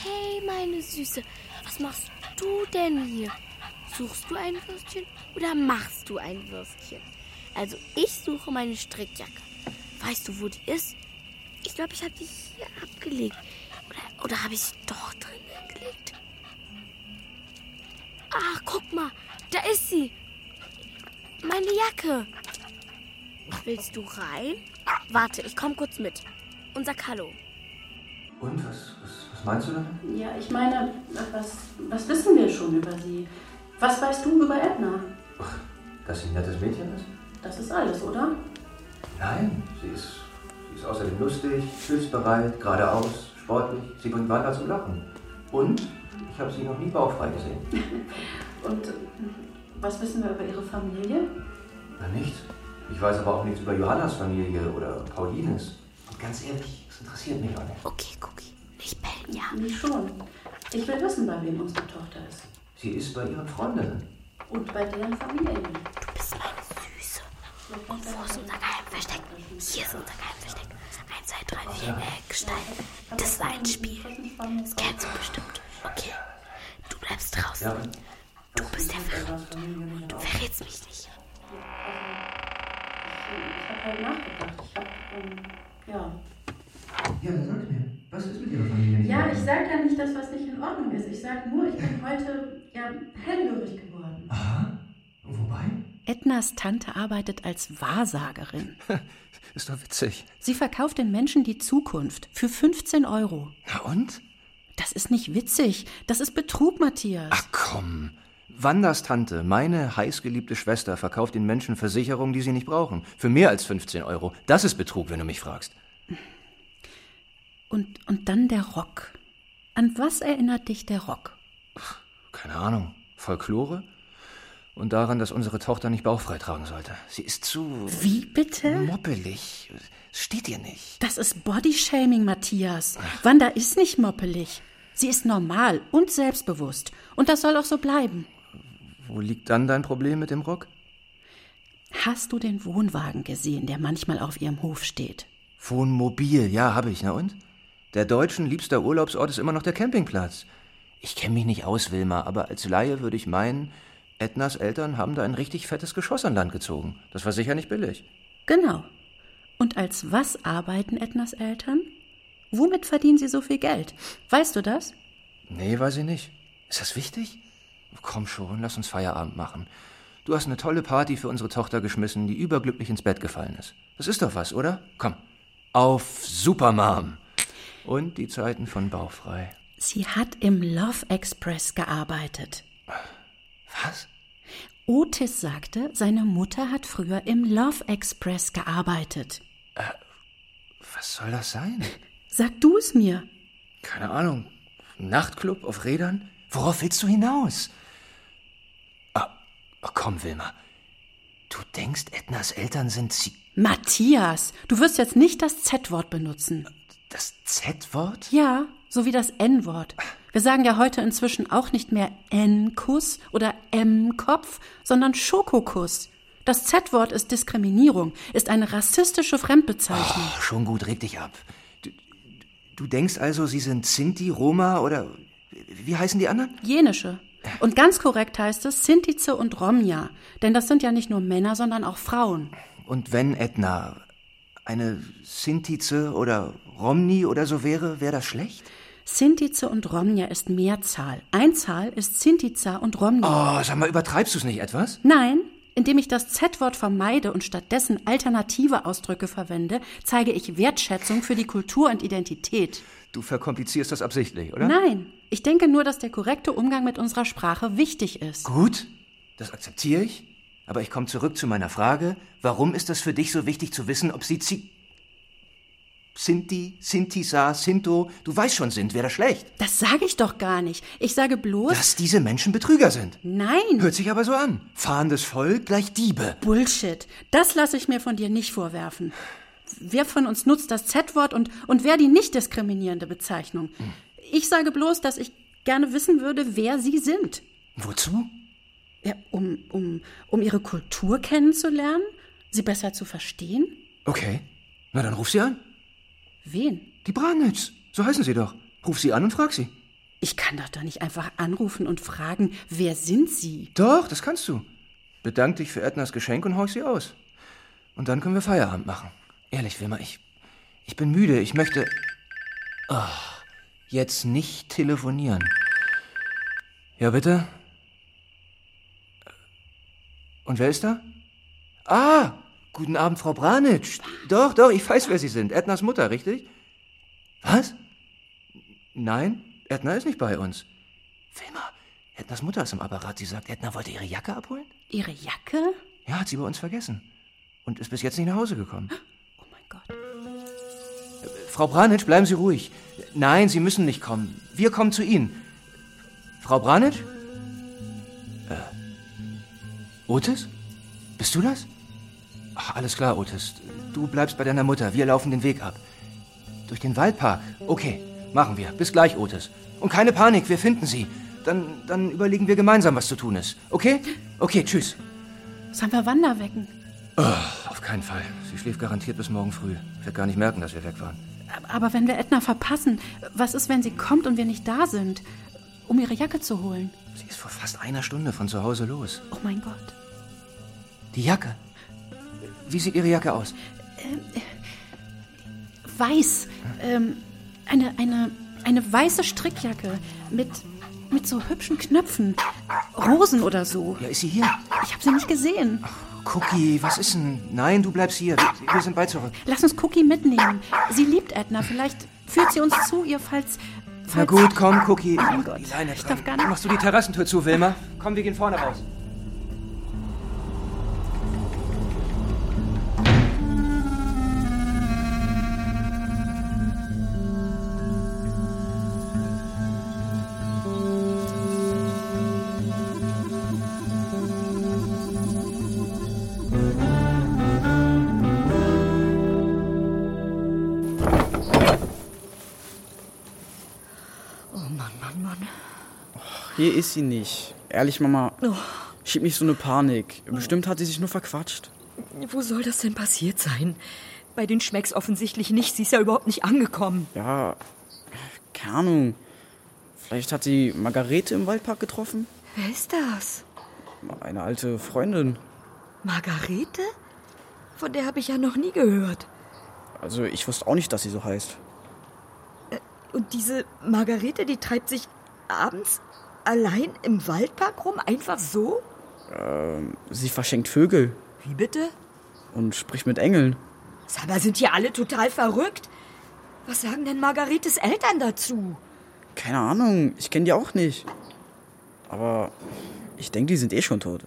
Speaker 1: Scheiße, was machst du denn hier? Suchst du ein Würstchen oder machst du ein Würstchen? Also ich suche meine Strickjacke. Weißt du, wo die ist? Ich glaube, ich habe die hier abgelegt. Oder, oder habe ich sie doch drin gelegt? Ach, Ah, guck mal, da ist sie. Meine Jacke. Willst du rein? Warte, ich komm kurz mit und sag Hallo.
Speaker 10: Und was, was, was meinst du damit?
Speaker 9: Ja, ich meine, was, was wissen wir schon über sie? Was weißt du über Edna?
Speaker 10: Dass sie ein nettes Mädchen ist?
Speaker 9: Das ist alles, oder?
Speaker 10: Nein, sie ist, sie ist außerdem lustig, hilfsbereit, geradeaus, sportlich. Sie bringt Wanda zum Lachen. Und ich habe sie noch nie bauchfrei gesehen.
Speaker 9: Und äh, was wissen wir über ihre Familie?
Speaker 10: Na nichts. Ich weiß aber auch nichts über Johannas Familie oder Paulines. Und ganz ehrlich, es interessiert mich auch nicht.
Speaker 1: Okay, Cookie, nicht bellen, ja.
Speaker 9: Mich schon. Ich will wissen, bei wem unsere Tochter ist.
Speaker 10: Sie ist bei ihren Freundinnen.
Speaker 9: Und bei deren Familien.
Speaker 1: Du bist meine Süße. Und wo ist unser Geheimversteck? Hier ist unser Geheimversteck. 1, 2, 3, 4, Eckstein. Das ist ein Spiel. Das kennst du bestimmt. Okay. Du bleibst draußen. Du bist der Verrückte. Und du verrätst mich nicht.
Speaker 9: Ich habe halt nachgedacht. Ich habe, ähm, ja.
Speaker 10: Ja, sag mir, was ist mit ihrer Familie? nicht
Speaker 9: Ja,
Speaker 10: in
Speaker 9: ich
Speaker 10: Ordnung?
Speaker 9: sage ja nicht, dass was nicht in Ordnung ist. Ich sage nur, ich bin heute ja hellhörig geworden. Ednas Tante arbeitet als Wahrsagerin.
Speaker 10: Ist doch witzig.
Speaker 9: Sie verkauft den Menschen die Zukunft für 15 Euro.
Speaker 10: Na und?
Speaker 9: Das ist nicht witzig. Das ist Betrug, Matthias.
Speaker 10: Komm. Wandas Tante, meine heißgeliebte Schwester, verkauft den Menschen Versicherungen, die sie nicht brauchen. Für mehr als 15 Euro. Das ist Betrug, wenn du mich fragst.
Speaker 9: Und, und dann der Rock. An was erinnert dich der Rock?
Speaker 10: Keine Ahnung. Folklore? Und daran, dass unsere Tochter nicht bauchfrei tragen sollte. Sie ist zu.
Speaker 9: Wie bitte?
Speaker 10: Moppelig. Steht ihr nicht?
Speaker 9: Das ist Bodyshaming, Matthias. Wanda ist nicht moppelig. Sie ist normal und selbstbewusst. Und das soll auch so bleiben.
Speaker 10: Wo liegt dann dein Problem mit dem Rock?
Speaker 9: Hast du den Wohnwagen gesehen, der manchmal auf ihrem Hof steht?
Speaker 10: Wohnmobil, ja, habe ich, na und? Der Deutschen liebster Urlaubsort ist immer noch der Campingplatz. Ich kenne mich nicht aus, Wilma, aber als Laie würde ich meinen, Ednas Eltern haben da ein richtig fettes Geschoss an Land gezogen. Das war sicher nicht billig.
Speaker 9: Genau. Und als was arbeiten Ednas Eltern? Womit verdienen sie so viel Geld? Weißt du das?
Speaker 10: Nee, weiß ich nicht. Ist das wichtig? Komm schon, lass uns Feierabend machen. Du hast eine tolle Party für unsere Tochter geschmissen, die überglücklich ins Bett gefallen ist. Das ist doch was, oder? Komm. Auf Supermom. Und die Zeiten von Bauchfrei.
Speaker 9: Sie hat im Love Express gearbeitet.
Speaker 10: Was?
Speaker 9: Otis sagte, seine Mutter hat früher im Love Express gearbeitet.
Speaker 10: Was soll das sein?
Speaker 9: Sag du es mir.
Speaker 10: Keine Ahnung. Nachtclub auf Rädern? Worauf willst du hinaus? Ah, oh, komm, Wilma. Du denkst, Ednas Eltern sind sie.
Speaker 9: Matthias, du wirst jetzt nicht das Z-Wort benutzen.
Speaker 10: Das Z-Wort?
Speaker 9: Ja, so wie das N-Wort. Wir sagen ja heute inzwischen auch nicht mehr N-Kuss oder M-Kopf, sondern Schokokuss. Das Z-Wort ist Diskriminierung, ist eine rassistische Fremdbezeichnung.
Speaker 10: Ach, schon gut, reg dich ab. Du, du denkst also, sie sind Sinti, Roma oder. Wie heißen die anderen?
Speaker 9: Jenische. Und ganz korrekt heißt es Sintize und Romja, denn das sind ja nicht nur Männer, sondern auch Frauen.
Speaker 10: Und wenn Edna eine Sintize oder Romni oder so wäre, wäre das schlecht?
Speaker 9: Sintize und Romja ist Mehrzahl. Einzahl ist Sintiza und Romja.
Speaker 10: Oh, sag mal, übertreibst du es nicht etwas?
Speaker 9: Nein, indem ich das Z-Wort vermeide und stattdessen alternative Ausdrücke verwende, zeige ich Wertschätzung für die Kultur und Identität.
Speaker 10: Du verkomplizierst das absichtlich, oder?
Speaker 9: Nein, ich denke nur, dass der korrekte Umgang mit unserer Sprache wichtig ist.
Speaker 10: Gut, das akzeptiere ich. Aber ich komme zurück zu meiner Frage. Warum ist das für dich so wichtig zu wissen, ob sie Zi Sinti, Sintisa, Sinto, du weißt schon sind, wäre das schlecht.
Speaker 9: Das sage ich doch gar nicht. Ich sage bloß.
Speaker 10: Dass diese Menschen Betrüger sind.
Speaker 9: Nein.
Speaker 10: Hört sich aber so an. Fahrendes Volk gleich Diebe.
Speaker 9: Bullshit. Das lasse ich mir von dir nicht vorwerfen. Wer von uns nutzt das Z-Wort und, und wer die nicht diskriminierende Bezeichnung?
Speaker 10: Hm.
Speaker 9: Ich sage bloß, dass ich gerne wissen würde, wer sie sind.
Speaker 10: Wozu?
Speaker 9: Ja, um, um, um ihre Kultur kennenzulernen, sie besser zu verstehen.
Speaker 10: Okay. Na dann ruf sie an.
Speaker 9: Wen?
Speaker 10: Die Branitz. So heißen sie doch. Ruf sie an und frag sie.
Speaker 9: Ich kann doch doch nicht einfach anrufen und fragen, wer sind Sie?
Speaker 10: Doch, das kannst du. Bedank dich für Ednas Geschenk und horch sie aus. Und dann können wir Feierabend machen. Ehrlich, Wilma, ich, ich bin müde. Ich möchte. Ah, jetzt nicht telefonieren. Ja, bitte? Und wer ist da? Ah, guten Abend, Frau Branitsch. Doch, doch, ich weiß, wer Sie sind. Ednas Mutter, richtig? Was? Nein, Edna ist nicht bei uns. Wilma, Ednas Mutter ist im Apparat. Sie sagt, Edna wollte ihre Jacke abholen?
Speaker 9: Ihre Jacke?
Speaker 10: Ja, hat sie bei uns vergessen. Und ist bis jetzt nicht nach Hause gekommen. Oh mein Gott. Frau Branitsch, bleiben Sie ruhig. Nein, Sie müssen nicht kommen. Wir kommen zu Ihnen. Frau Branitsch? Äh, Otis? Bist du das? Ach, alles klar, Otis. Du bleibst bei deiner Mutter. Wir laufen den Weg ab. Durch den Waldpark? Okay, machen wir. Bis gleich, Otis. Und keine Panik, wir finden sie. Dann, dann überlegen wir gemeinsam, was zu tun ist. Okay? Okay, tschüss.
Speaker 9: Sollen wir Wanda wecken?
Speaker 10: Ugh, auf keinen Fall. Sie schläft garantiert bis morgen früh. Wird gar nicht merken, dass wir weg waren.
Speaker 9: Aber wenn wir Edna verpassen, was ist, wenn sie kommt und wir nicht da sind, um ihre Jacke zu holen?
Speaker 10: Sie ist vor fast einer Stunde von zu Hause los.
Speaker 9: Oh mein Gott.
Speaker 10: Die Jacke. Wie sieht Ihre Jacke aus?
Speaker 9: Ähm, äh, Weiß. Ähm, eine, eine, eine weiße Strickjacke mit, mit so hübschen Knöpfen. Rosen oder so.
Speaker 10: Ja, ist sie hier?
Speaker 9: Ich habe sie nicht gesehen.
Speaker 10: Cookie, was ist denn? Nein, du bleibst hier. Wir, wir sind bald zurück.
Speaker 9: Lass uns Cookie mitnehmen. Sie liebt Edna. Vielleicht führt sie uns zu ihr, falls.
Speaker 10: Na
Speaker 9: falls
Speaker 10: gut, komm, Cookie.
Speaker 9: Oh mein
Speaker 10: mach
Speaker 9: Gott.
Speaker 10: Die Leine
Speaker 9: Ich
Speaker 10: dran.
Speaker 9: darf gar nicht.
Speaker 10: Machst du die Terrassentür zu, Wilma? Komm, wir gehen vorne raus.
Speaker 8: Oh Mann, Mann, Mann.
Speaker 7: Hier ist sie nicht. Ehrlich, Mama.
Speaker 8: Oh.
Speaker 7: Schieb nicht so eine Panik. Bestimmt hat sie sich nur verquatscht.
Speaker 8: Wo soll das denn passiert sein? Bei den Schmecks offensichtlich nicht. Sie ist ja überhaupt nicht angekommen.
Speaker 7: Ja, keine Ahnung. Vielleicht hat sie Margarete im Waldpark getroffen?
Speaker 8: Wer ist das?
Speaker 7: Eine alte Freundin.
Speaker 8: Margarete? Von der habe ich ja noch nie gehört.
Speaker 7: Also, ich wusste auch nicht, dass sie so heißt.
Speaker 8: Äh, Und diese Margarete, die treibt sich abends allein im Waldpark rum? Einfach so?
Speaker 7: Ähm, sie verschenkt Vögel
Speaker 8: Wie bitte?
Speaker 7: und spricht mit Engeln.
Speaker 8: Sag mal, sind hier alle total verrückt? Was sagen denn Margaretes Eltern dazu?
Speaker 7: Keine Ahnung, ich kenne die auch nicht. Aber ich denke, die sind eh schon tot.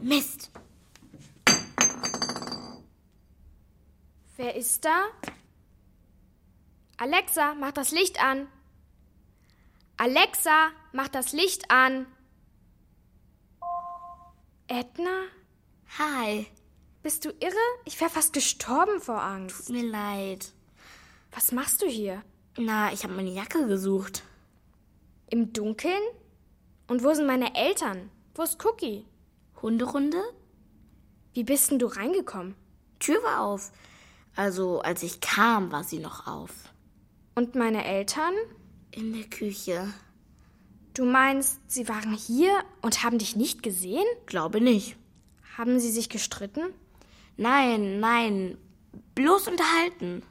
Speaker 13: Mist.
Speaker 3: Wer ist da? Alexa, mach das Licht an. Alexa, mach das Licht an. Edna?
Speaker 13: Hi.
Speaker 3: Bist du irre? Ich wäre fast gestorben vor Angst.
Speaker 13: Tut mir leid.
Speaker 3: Was machst du hier?
Speaker 13: Na, ich habe meine Jacke gesucht.
Speaker 3: Im Dunkeln? Und wo sind meine Eltern? Wo ist Cookie?
Speaker 13: Hunderunde?
Speaker 3: Wie bist denn du reingekommen?
Speaker 13: Tür war auf. Also, als ich kam, war sie noch auf.
Speaker 3: Und meine Eltern?
Speaker 13: In der Küche.
Speaker 3: Du meinst, sie waren hier und haben dich nicht gesehen?
Speaker 13: Glaube nicht.
Speaker 3: Haben sie sich gestritten?
Speaker 13: Nein, nein. Bloß unterhalten.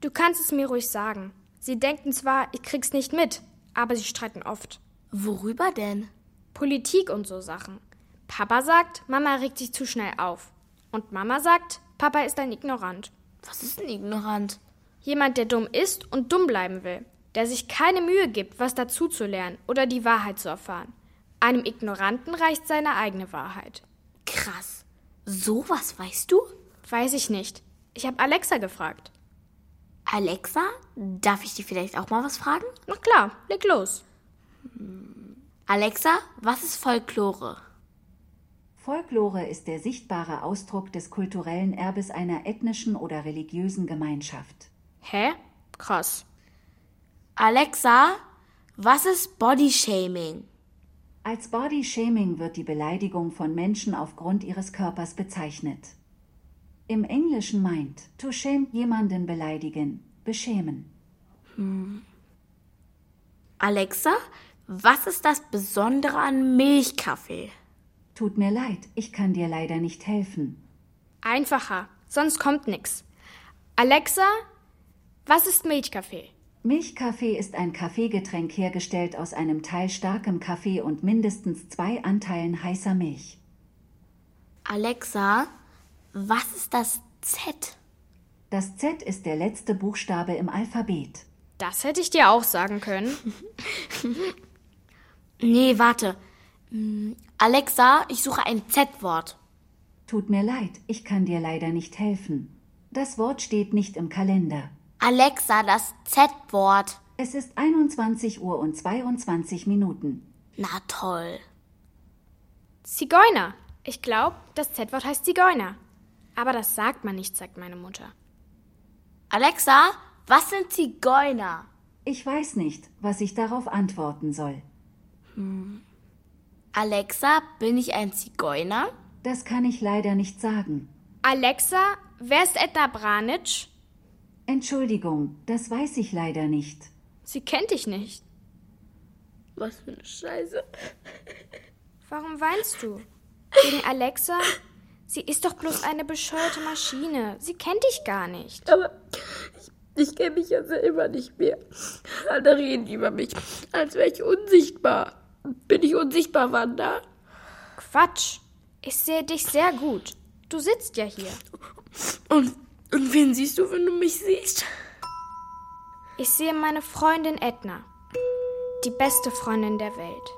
Speaker 3: Du kannst es mir ruhig sagen. Sie denken zwar, ich krieg's nicht mit, aber sie streiten oft.
Speaker 13: Worüber denn?
Speaker 3: Politik und so Sachen. Papa sagt, Mama regt sich zu schnell auf. Und Mama sagt, Papa ist ein Ignorant.
Speaker 13: Was ist denn ignorant?
Speaker 3: Jemand, der dumm ist und dumm bleiben will, der sich keine Mühe gibt, was dazu zu lernen oder die Wahrheit zu erfahren. Einem Ignoranten reicht seine eigene Wahrheit.
Speaker 13: Krass. Sowas weißt du?
Speaker 3: Weiß ich nicht. Ich habe Alexa gefragt.
Speaker 13: Alexa, darf ich dir vielleicht auch mal was fragen?
Speaker 3: Na klar, leg los.
Speaker 13: Hm. Alexa, was ist Folklore?
Speaker 15: Folklore ist der sichtbare Ausdruck des kulturellen Erbes einer ethnischen oder religiösen Gemeinschaft.
Speaker 13: Hä? Krass. Alexa, was ist Bodyshaming?
Speaker 15: Als Body Shaming wird die Beleidigung von Menschen aufgrund ihres Körpers bezeichnet. Im Englischen meint to shame jemanden beleidigen, beschämen.
Speaker 13: Hm. Alexa, was ist das Besondere an Milchkaffee?
Speaker 15: Tut mir leid, ich kann dir leider nicht helfen.
Speaker 3: Einfacher, sonst kommt nix. Alexa, was ist Milchkaffee?
Speaker 15: Milchkaffee ist ein Kaffeegetränk hergestellt aus einem Teil starkem Kaffee und mindestens zwei Anteilen heißer Milch.
Speaker 13: Alexa, was ist das Z?
Speaker 15: Das Z ist der letzte Buchstabe im Alphabet.
Speaker 3: Das hätte ich dir auch sagen können.
Speaker 13: nee, warte. Mm, Alexa, ich suche ein Z-Wort.
Speaker 15: Tut mir leid, ich kann dir leider nicht helfen. Das Wort steht nicht im Kalender.
Speaker 13: Alexa, das Z-Wort.
Speaker 15: Es ist 21 Uhr und 22 Minuten.
Speaker 13: Na toll.
Speaker 3: Zigeuner. Ich glaube, das Z-Wort heißt Zigeuner. Aber das sagt man nicht, sagt meine Mutter.
Speaker 13: Alexa, was sind Zigeuner?
Speaker 15: Ich weiß nicht, was ich darauf antworten soll.
Speaker 13: Hm. Alexa, bin ich ein Zigeuner?
Speaker 15: Das kann ich leider nicht sagen.
Speaker 3: Alexa, wer ist Edna Branitsch?
Speaker 15: Entschuldigung, das weiß ich leider nicht.
Speaker 3: Sie kennt dich nicht.
Speaker 13: Was für eine Scheiße.
Speaker 3: Warum weinst du? Wegen Alexa? Sie ist doch bloß eine bescheuerte Maschine. Sie kennt dich gar nicht.
Speaker 16: Aber ich, ich kenne mich ja selber nicht mehr. Alle reden über mich, als wäre ich unsichtbar. Bin ich unsichtbar, Wanda?
Speaker 3: Quatsch. Ich sehe dich sehr gut. Du sitzt ja hier.
Speaker 16: Und, und wen siehst du, wenn du mich siehst?
Speaker 3: Ich sehe meine Freundin Edna. Die beste Freundin der Welt.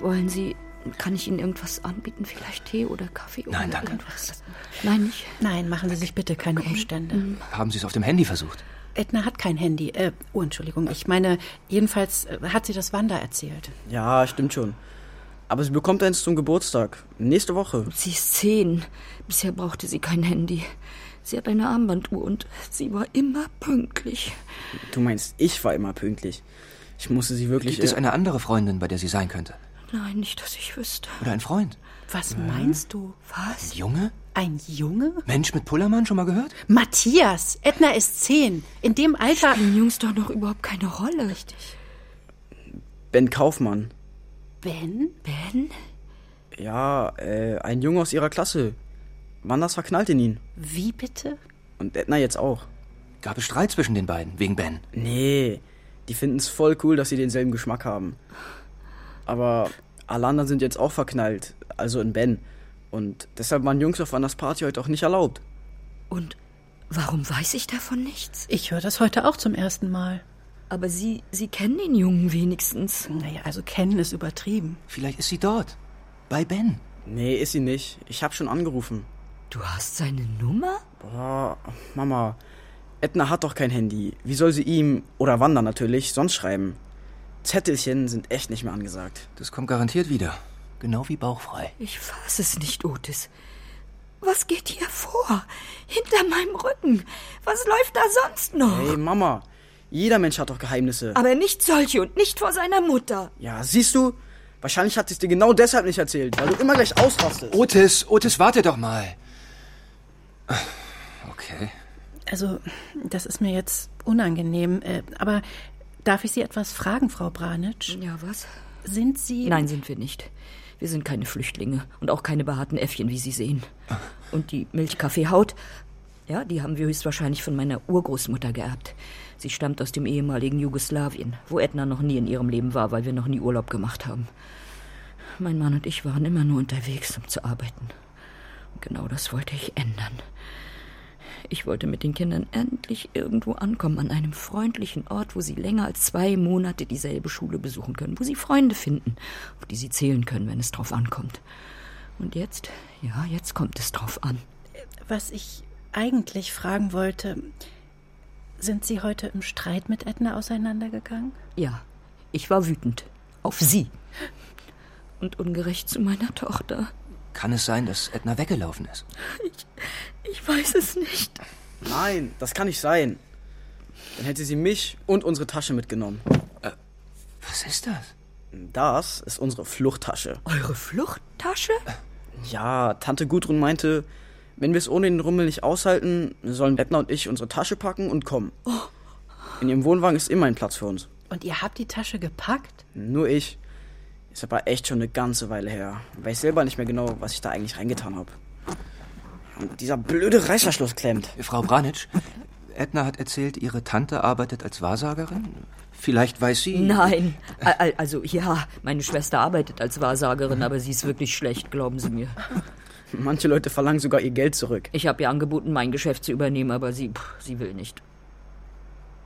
Speaker 6: Wollen Sie, kann ich Ihnen irgendwas anbieten? Vielleicht Tee oder Kaffee
Speaker 10: Nein,
Speaker 6: oder
Speaker 10: danke.
Speaker 6: irgendwas? Nein, nicht. Hm.
Speaker 9: Nein, machen Sie sich bitte keine Umstände.
Speaker 10: Haben Sie es auf dem Handy versucht?
Speaker 9: Edna hat kein Handy. Äh, oh, Entschuldigung. Ich meine, jedenfalls äh, hat sie das Wanda erzählt.
Speaker 7: Ja, stimmt schon. Aber sie bekommt eins zum Geburtstag. Nächste Woche.
Speaker 6: Sie ist zehn. Bisher brauchte sie kein Handy. Sie hat eine Armbanduhr und sie war immer pünktlich.
Speaker 7: Du meinst, ich war immer pünktlich. Ich musste sie wirklich.
Speaker 10: Gibt es eine andere Freundin, bei der sie sein könnte?
Speaker 6: Nein, nicht, dass ich wüsste.
Speaker 10: Oder ein Freund?
Speaker 9: Was meinst du?
Speaker 6: Was?
Speaker 10: Ein Junge?
Speaker 9: Ein Junge?
Speaker 10: Mensch mit Pullermann, schon mal gehört?
Speaker 9: Matthias! Edna ist zehn. In dem Alter.
Speaker 6: Spielen Jungs doch noch überhaupt keine Rolle. Richtig.
Speaker 7: Ben Kaufmann.
Speaker 9: Ben?
Speaker 6: Ben?
Speaker 7: Ja, äh, ein Junge aus ihrer Klasse. Wanders verknallt in ihn.
Speaker 9: Wie bitte?
Speaker 7: Und Edna jetzt auch.
Speaker 10: Gab es Streit zwischen den beiden, wegen Ben?
Speaker 7: Nee, die finden es voll cool, dass sie denselben Geschmack haben. Aber alle anderen sind jetzt auch verknallt, also in Ben. Und deshalb waren Jungs auf Wanders Party heute auch nicht erlaubt.
Speaker 6: Und warum weiß ich davon nichts?
Speaker 9: Ich höre das heute auch zum ersten Mal.
Speaker 6: Aber Sie, Sie kennen den Jungen wenigstens.
Speaker 9: Naja, also kennen ist übertrieben.
Speaker 10: Vielleicht ist sie dort. Bei Ben.
Speaker 7: Nee, ist sie nicht. Ich hab schon angerufen.
Speaker 6: Du hast seine Nummer?
Speaker 7: Boah, Mama. Edna hat doch kein Handy. Wie soll sie ihm, oder Wanda natürlich, sonst schreiben? Zettelchen sind echt nicht mehr angesagt.
Speaker 10: Das kommt garantiert wieder. Genau wie bauchfrei.
Speaker 6: Ich fass es nicht, Otis. Was geht hier vor? Hinter meinem Rücken? Was läuft da sonst noch?
Speaker 7: Hey, Mama. Jeder Mensch hat doch Geheimnisse.
Speaker 6: Aber nicht solche und nicht vor seiner Mutter.
Speaker 7: Ja, siehst du? Wahrscheinlich hat sie es dir genau deshalb nicht erzählt, weil du immer gleich ausrastest.
Speaker 10: Otis, Otis, warte doch mal. Okay.
Speaker 9: Also, das ist mir jetzt unangenehm. Äh, aber darf ich Sie etwas fragen, Frau Branitsch?
Speaker 6: Ja, was?
Speaker 9: Sind Sie.
Speaker 6: Nein, sind wir nicht. Wir sind keine Flüchtlinge und auch keine behaarten Äffchen, wie Sie sehen. Und die Milchkaffeehaut Ja, die haben wir höchstwahrscheinlich von meiner Urgroßmutter geerbt. Sie stammt aus dem ehemaligen Jugoslawien, wo Edna noch nie in ihrem Leben war, weil wir noch nie Urlaub gemacht haben. Mein Mann und ich waren immer nur unterwegs, um zu arbeiten. Und genau das wollte ich ändern. Ich wollte mit den Kindern endlich irgendwo ankommen, an einem freundlichen Ort, wo sie länger als zwei Monate dieselbe Schule besuchen können, wo sie Freunde finden, auf die sie zählen können, wenn es drauf ankommt. Und jetzt, ja, jetzt kommt es drauf an.
Speaker 9: Was ich eigentlich fragen wollte, sind Sie heute im Streit mit Edna auseinandergegangen?
Speaker 6: Ja, ich war wütend. Auf sie. Und ungerecht zu meiner Tochter.
Speaker 10: Kann es sein, dass Edna weggelaufen ist?
Speaker 6: Ich weiß es nicht.
Speaker 7: Nein, das kann nicht sein. Dann hätte sie mich und unsere Tasche mitgenommen.
Speaker 10: Äh, was ist das?
Speaker 7: Das ist unsere Fluchttasche.
Speaker 6: Eure Fluchttasche?
Speaker 7: Ja, Tante Gudrun meinte, wenn wir es ohne den Rummel nicht aushalten, sollen Edna und ich unsere Tasche packen und kommen. In ihrem Wohnwagen ist immer ein Platz für uns.
Speaker 9: Oh, Und ihr habt die Tasche gepackt?
Speaker 7: Nur ich. Ist aber echt schon eine ganze Weile her. Weiß selber nicht mehr genau, was ich da eigentlich reingetan habe. Und dieser blöde Reißverschluss klemmt.
Speaker 10: Frau Branitsch, Edna hat erzählt, ihre Tante arbeitet als Wahrsagerin. Vielleicht weiß sie.
Speaker 6: Nein. Al- al- Also ja, meine Schwester arbeitet als Wahrsagerin, aber sie ist wirklich schlecht, glauben Sie mir.
Speaker 7: Manche Leute verlangen sogar ihr Geld zurück.
Speaker 6: Ich habe ihr angeboten, mein Geschäft zu übernehmen, aber sie, pff, sie will nicht.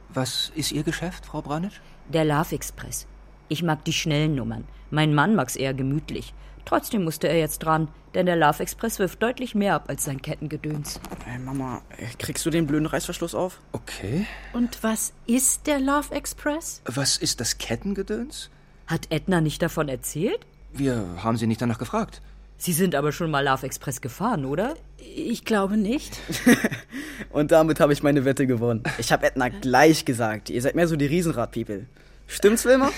Speaker 10: Was ist Ihr Geschäft, Frau Branitsch?
Speaker 6: Der Love Express. Ich mag die schnellen Nummern. Mein Mann mag's eher gemütlich. Trotzdem musste er jetzt dran, denn der Love Express wirft deutlich mehr ab als sein Kettengedöns.
Speaker 7: Hey Mama, kriegst du den blöden Reißverschluss auf?
Speaker 10: Okay.
Speaker 9: Und was ist der Love Express?
Speaker 10: Was ist das Kettengedöns?
Speaker 6: Hat Edna nicht davon erzählt?
Speaker 10: Wir haben sie nicht danach gefragt.
Speaker 6: Sie sind aber schon mal Love Express gefahren, oder? Ich
Speaker 9: glaube nicht.
Speaker 7: Und damit habe ich meine Wette gewonnen. Ich habe Edna gleich gesagt, ihr seid mehr so die Riesenrad-People. Stimmt's, Wilma?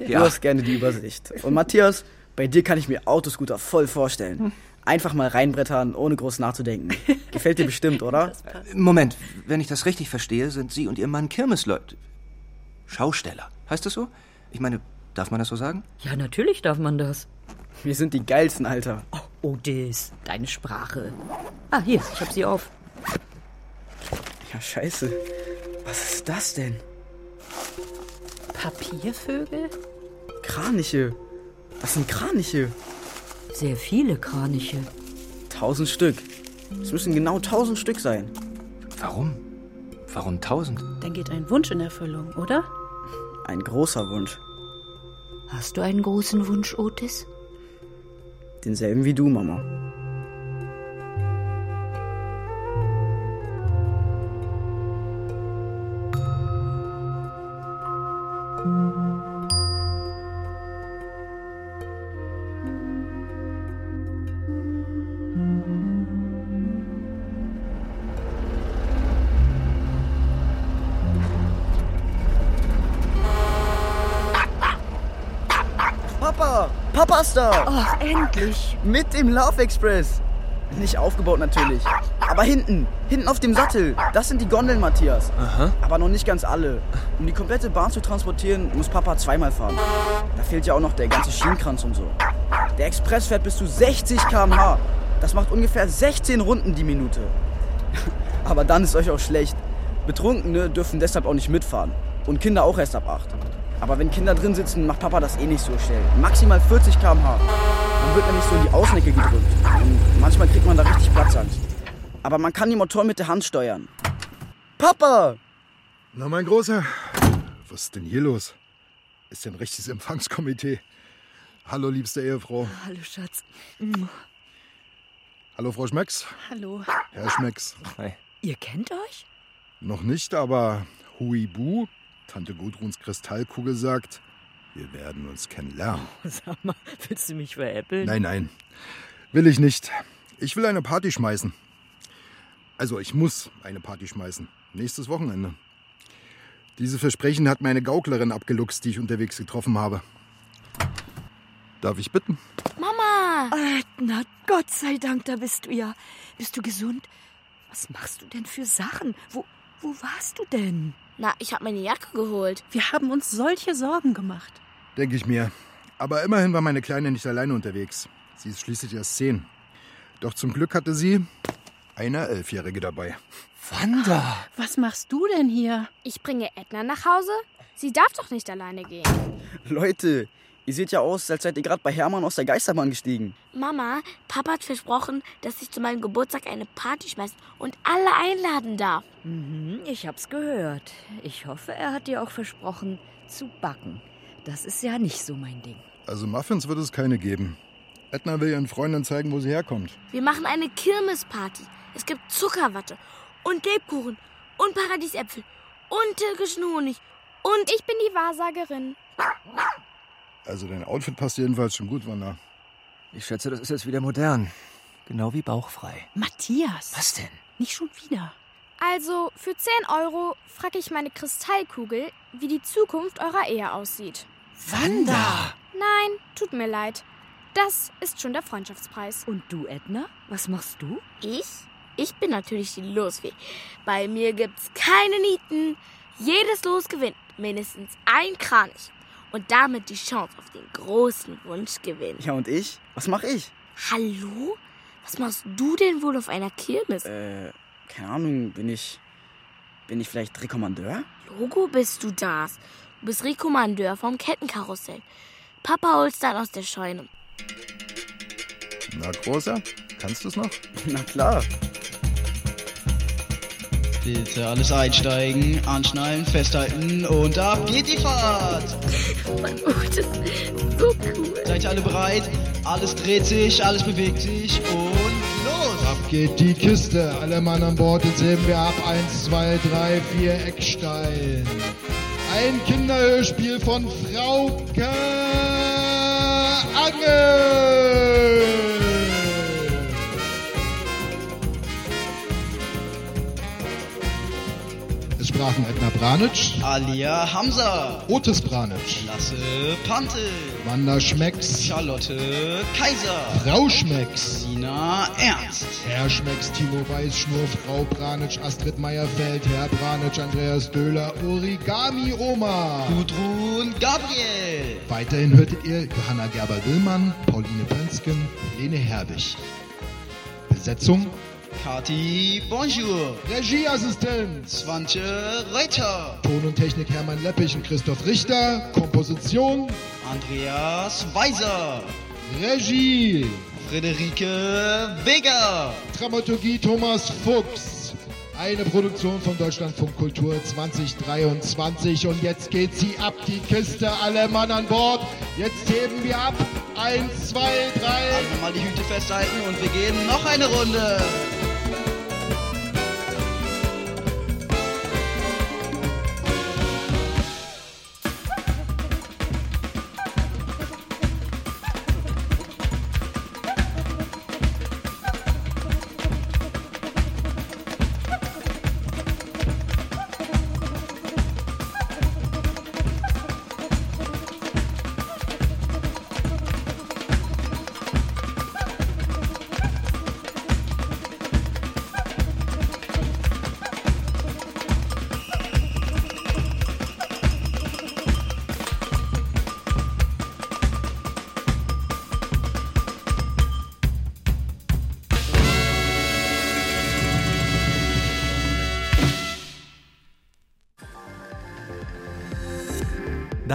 Speaker 10: Ja.
Speaker 7: Du hast gerne die Übersicht. Und Matthias, bei dir kann ich mir Autoscooter voll vorstellen. Einfach mal reinbrettern, ohne groß nachzudenken. Gefällt dir bestimmt, oder?
Speaker 10: Moment, wenn ich das richtig verstehe, sind Sie und Ihr Mann Kirmesleute. Schausteller. Heißt das so? Ich meine, darf man das so sagen?
Speaker 6: Ja, natürlich darf man das.
Speaker 7: Wir sind die geilsten, Alter.
Speaker 6: Oh, Odys, deine Sprache. Ah, hier, ich hab sie auf.
Speaker 7: Ja, scheiße. Was ist das denn?
Speaker 9: Papiervögel?
Speaker 7: Kraniche. Das sind Kraniche.
Speaker 6: Sehr viele Kraniche.
Speaker 7: Tausend Stück. Es müssen genau tausend Stück sein.
Speaker 10: Warum? Warum tausend?
Speaker 9: Dann geht ein Wunsch in Erfüllung, oder?
Speaker 7: Ein großer Wunsch.
Speaker 6: Hast du einen großen Wunsch, Otis?
Speaker 7: Denselben wie du, Mama. Papa! Papa ist da!
Speaker 6: Ach, endlich!
Speaker 7: Mit dem Love Express! Nicht aufgebaut natürlich. Aber hinten, hinten auf dem Sattel. Das sind die Gondeln, Matthias.
Speaker 10: Aha.
Speaker 7: Aber noch nicht ganz alle. Um die komplette Bahn zu transportieren, muss Papa zweimal fahren. Da fehlt ja auch noch der ganze Schienenkranz und so. Der Express fährt bis zu 60 km/h. Das macht ungefähr 16 Runden die Minute. Aber dann ist euch auch schlecht. Betrunkene dürfen deshalb auch nicht mitfahren. Und Kinder auch erst ab 8. Aber wenn Kinder drin sitzen, macht Papa das eh nicht so schnell. Maximal 40 km/h. Dann wird nämlich so in die Außenecke gedrückt. Und manchmal kriegt man da richtig Platzangst. Aber man kann die Motoren mit der Hand steuern. Papa!
Speaker 17: Na, mein Großer, was ist denn hier los? Ist ja ein richtiges Empfangskomitee. Hallo, liebste Ehefrau.
Speaker 6: Hallo, Schatz.
Speaker 17: Hallo, Frau Schmecks.
Speaker 9: Hallo.
Speaker 17: Herr Schmecks.
Speaker 10: Hi.
Speaker 6: Ihr kennt euch?
Speaker 17: Noch nicht, aber Huibu, Tante Gudruns Kristallkugel sagt, wir werden uns kennenlernen.
Speaker 6: Sag mal, willst du mich veräppeln?
Speaker 17: Nein, nein. Will ich nicht. Ich will eine Party schmeißen. Also ich muss eine Party schmeißen. Nächstes Wochenende. Dieses Versprechen hat meine Gauklerin abgeluchst, die ich unterwegs getroffen habe. Darf ich bitten?
Speaker 6: Mama! Edna, Äh, Gott sei Dank, da bist du ja. Bist du gesund? Was machst du denn für Sachen? Wo, wo warst du denn?
Speaker 13: Na, ich habe meine Jacke geholt.
Speaker 9: Wir haben uns solche Sorgen gemacht.
Speaker 17: Denke ich mir. Aber immerhin war meine Kleine nicht alleine unterwegs. Sie ist schließlich erst zehn. Doch zum Glück hatte sie
Speaker 18: einer Elfjährige dabei.
Speaker 10: Wanda!
Speaker 9: Was machst du denn hier?
Speaker 3: Ich bringe Edna nach Hause. Sie darf doch nicht alleine gehen.
Speaker 19: Leute, ihr seht ja aus, als seid ihr gerade bei Hermann aus der Geisterbahn gestiegen.
Speaker 1: Mama, Papa hat versprochen, dass ich zu meinem Geburtstag eine Party schmeißen und alle einladen darf.
Speaker 6: Mhm, ich hab's gehört. Ich hoffe, er hat dir auch versprochen, zu backen. Das ist ja nicht so mein Ding.
Speaker 18: Also Muffins wird es keine geben. Edna will ihren Freunden zeigen, wo sie herkommt.
Speaker 1: Wir machen eine Kirmesparty. Es gibt Zuckerwatte und Lebkuchen und Paradiesäpfel und türkischen Honig und
Speaker 3: ich bin die Wahrsagerin.
Speaker 18: Also dein Outfit passt jedenfalls schon gut, Wanda.
Speaker 10: Ich schätze, das ist jetzt wieder modern. Genau wie bauchfrei.
Speaker 9: Matthias.
Speaker 10: Was denn?
Speaker 9: Nicht schon wieder.
Speaker 3: Also, für 10 Euro frage ich meine Kristallkugel, wie die Zukunft eurer Ehe aussieht.
Speaker 10: Wanda!
Speaker 3: Nein, tut mir leid. Das ist schon der Freundschaftspreis.
Speaker 6: Und du, Edna? Was machst du?
Speaker 1: Ich? Ich bin natürlich die Losfee. Bei mir gibt's keine Nieten. Jedes Los gewinnt mindestens ein Kranich und damit die Chance auf den großen Wunsch gewinnen.
Speaker 19: Ja, und ich? Was mache ich?
Speaker 1: Hallo? Was machst du denn wohl auf einer Kirmes?
Speaker 19: Äh, keine Ahnung, bin ich. Bin ich vielleicht Rekommandeur?
Speaker 1: Logo bist du das. Du bist Rekommandeur vom Kettenkarussell. Papa holst dann aus der Scheune.
Speaker 18: Na, Großer, kannst du es noch?
Speaker 19: Na klar.
Speaker 7: Bitte alles einsteigen, anschnallen, festhalten und ab geht die Fahrt!
Speaker 13: Mein Gott, das ist so cool.
Speaker 7: Seid ihr alle bereit? Alles dreht sich, alles bewegt sich und los!
Speaker 5: Ab geht die Kiste, alle Mann an Bord, jetzt heben wir ab. Eins, zwei, drei, vier, Eckstein. Ein Kinderhörspiel von Frauke Angel. Es sprachen Edna Branic,
Speaker 7: Alia Hamza,
Speaker 5: Otis Branic,
Speaker 7: Lasse Pante,
Speaker 5: Wanda Schmecks,
Speaker 7: Charlotte Kaiser,
Speaker 5: Frau Schmecks.
Speaker 7: Sina Ernst,
Speaker 5: Herr Schmecks, Timo Weißschnur, Frau Branic, Astrid Meierfeld, Herr Branic, Andreas Döhler, Origami Oma.
Speaker 7: Gudrun Gabriel,
Speaker 5: Weiterhin hörtet ihr Johanna Gerber-Willmann, Pauline Pönsken, Lene Herbig. Besetzung,
Speaker 7: Kati Bonjour,
Speaker 5: Regieassistent,
Speaker 7: Swantje Reuter,
Speaker 5: Ton und Technik Hermann Leppich und Christoph Richter, Komposition,
Speaker 7: Andreas Weiser,
Speaker 5: Regie,
Speaker 7: Friederike Vega,
Speaker 5: Dramaturgie Thomas Fuchs. Eine Produktion von Deutschlandfunk Kultur 2023 und jetzt geht sie ab, die Kiste, alle Mann an Bord. Jetzt heben wir ab. Eins, zwei, drei.
Speaker 7: Also mal die Hüte festhalten und wir gehen noch eine Runde.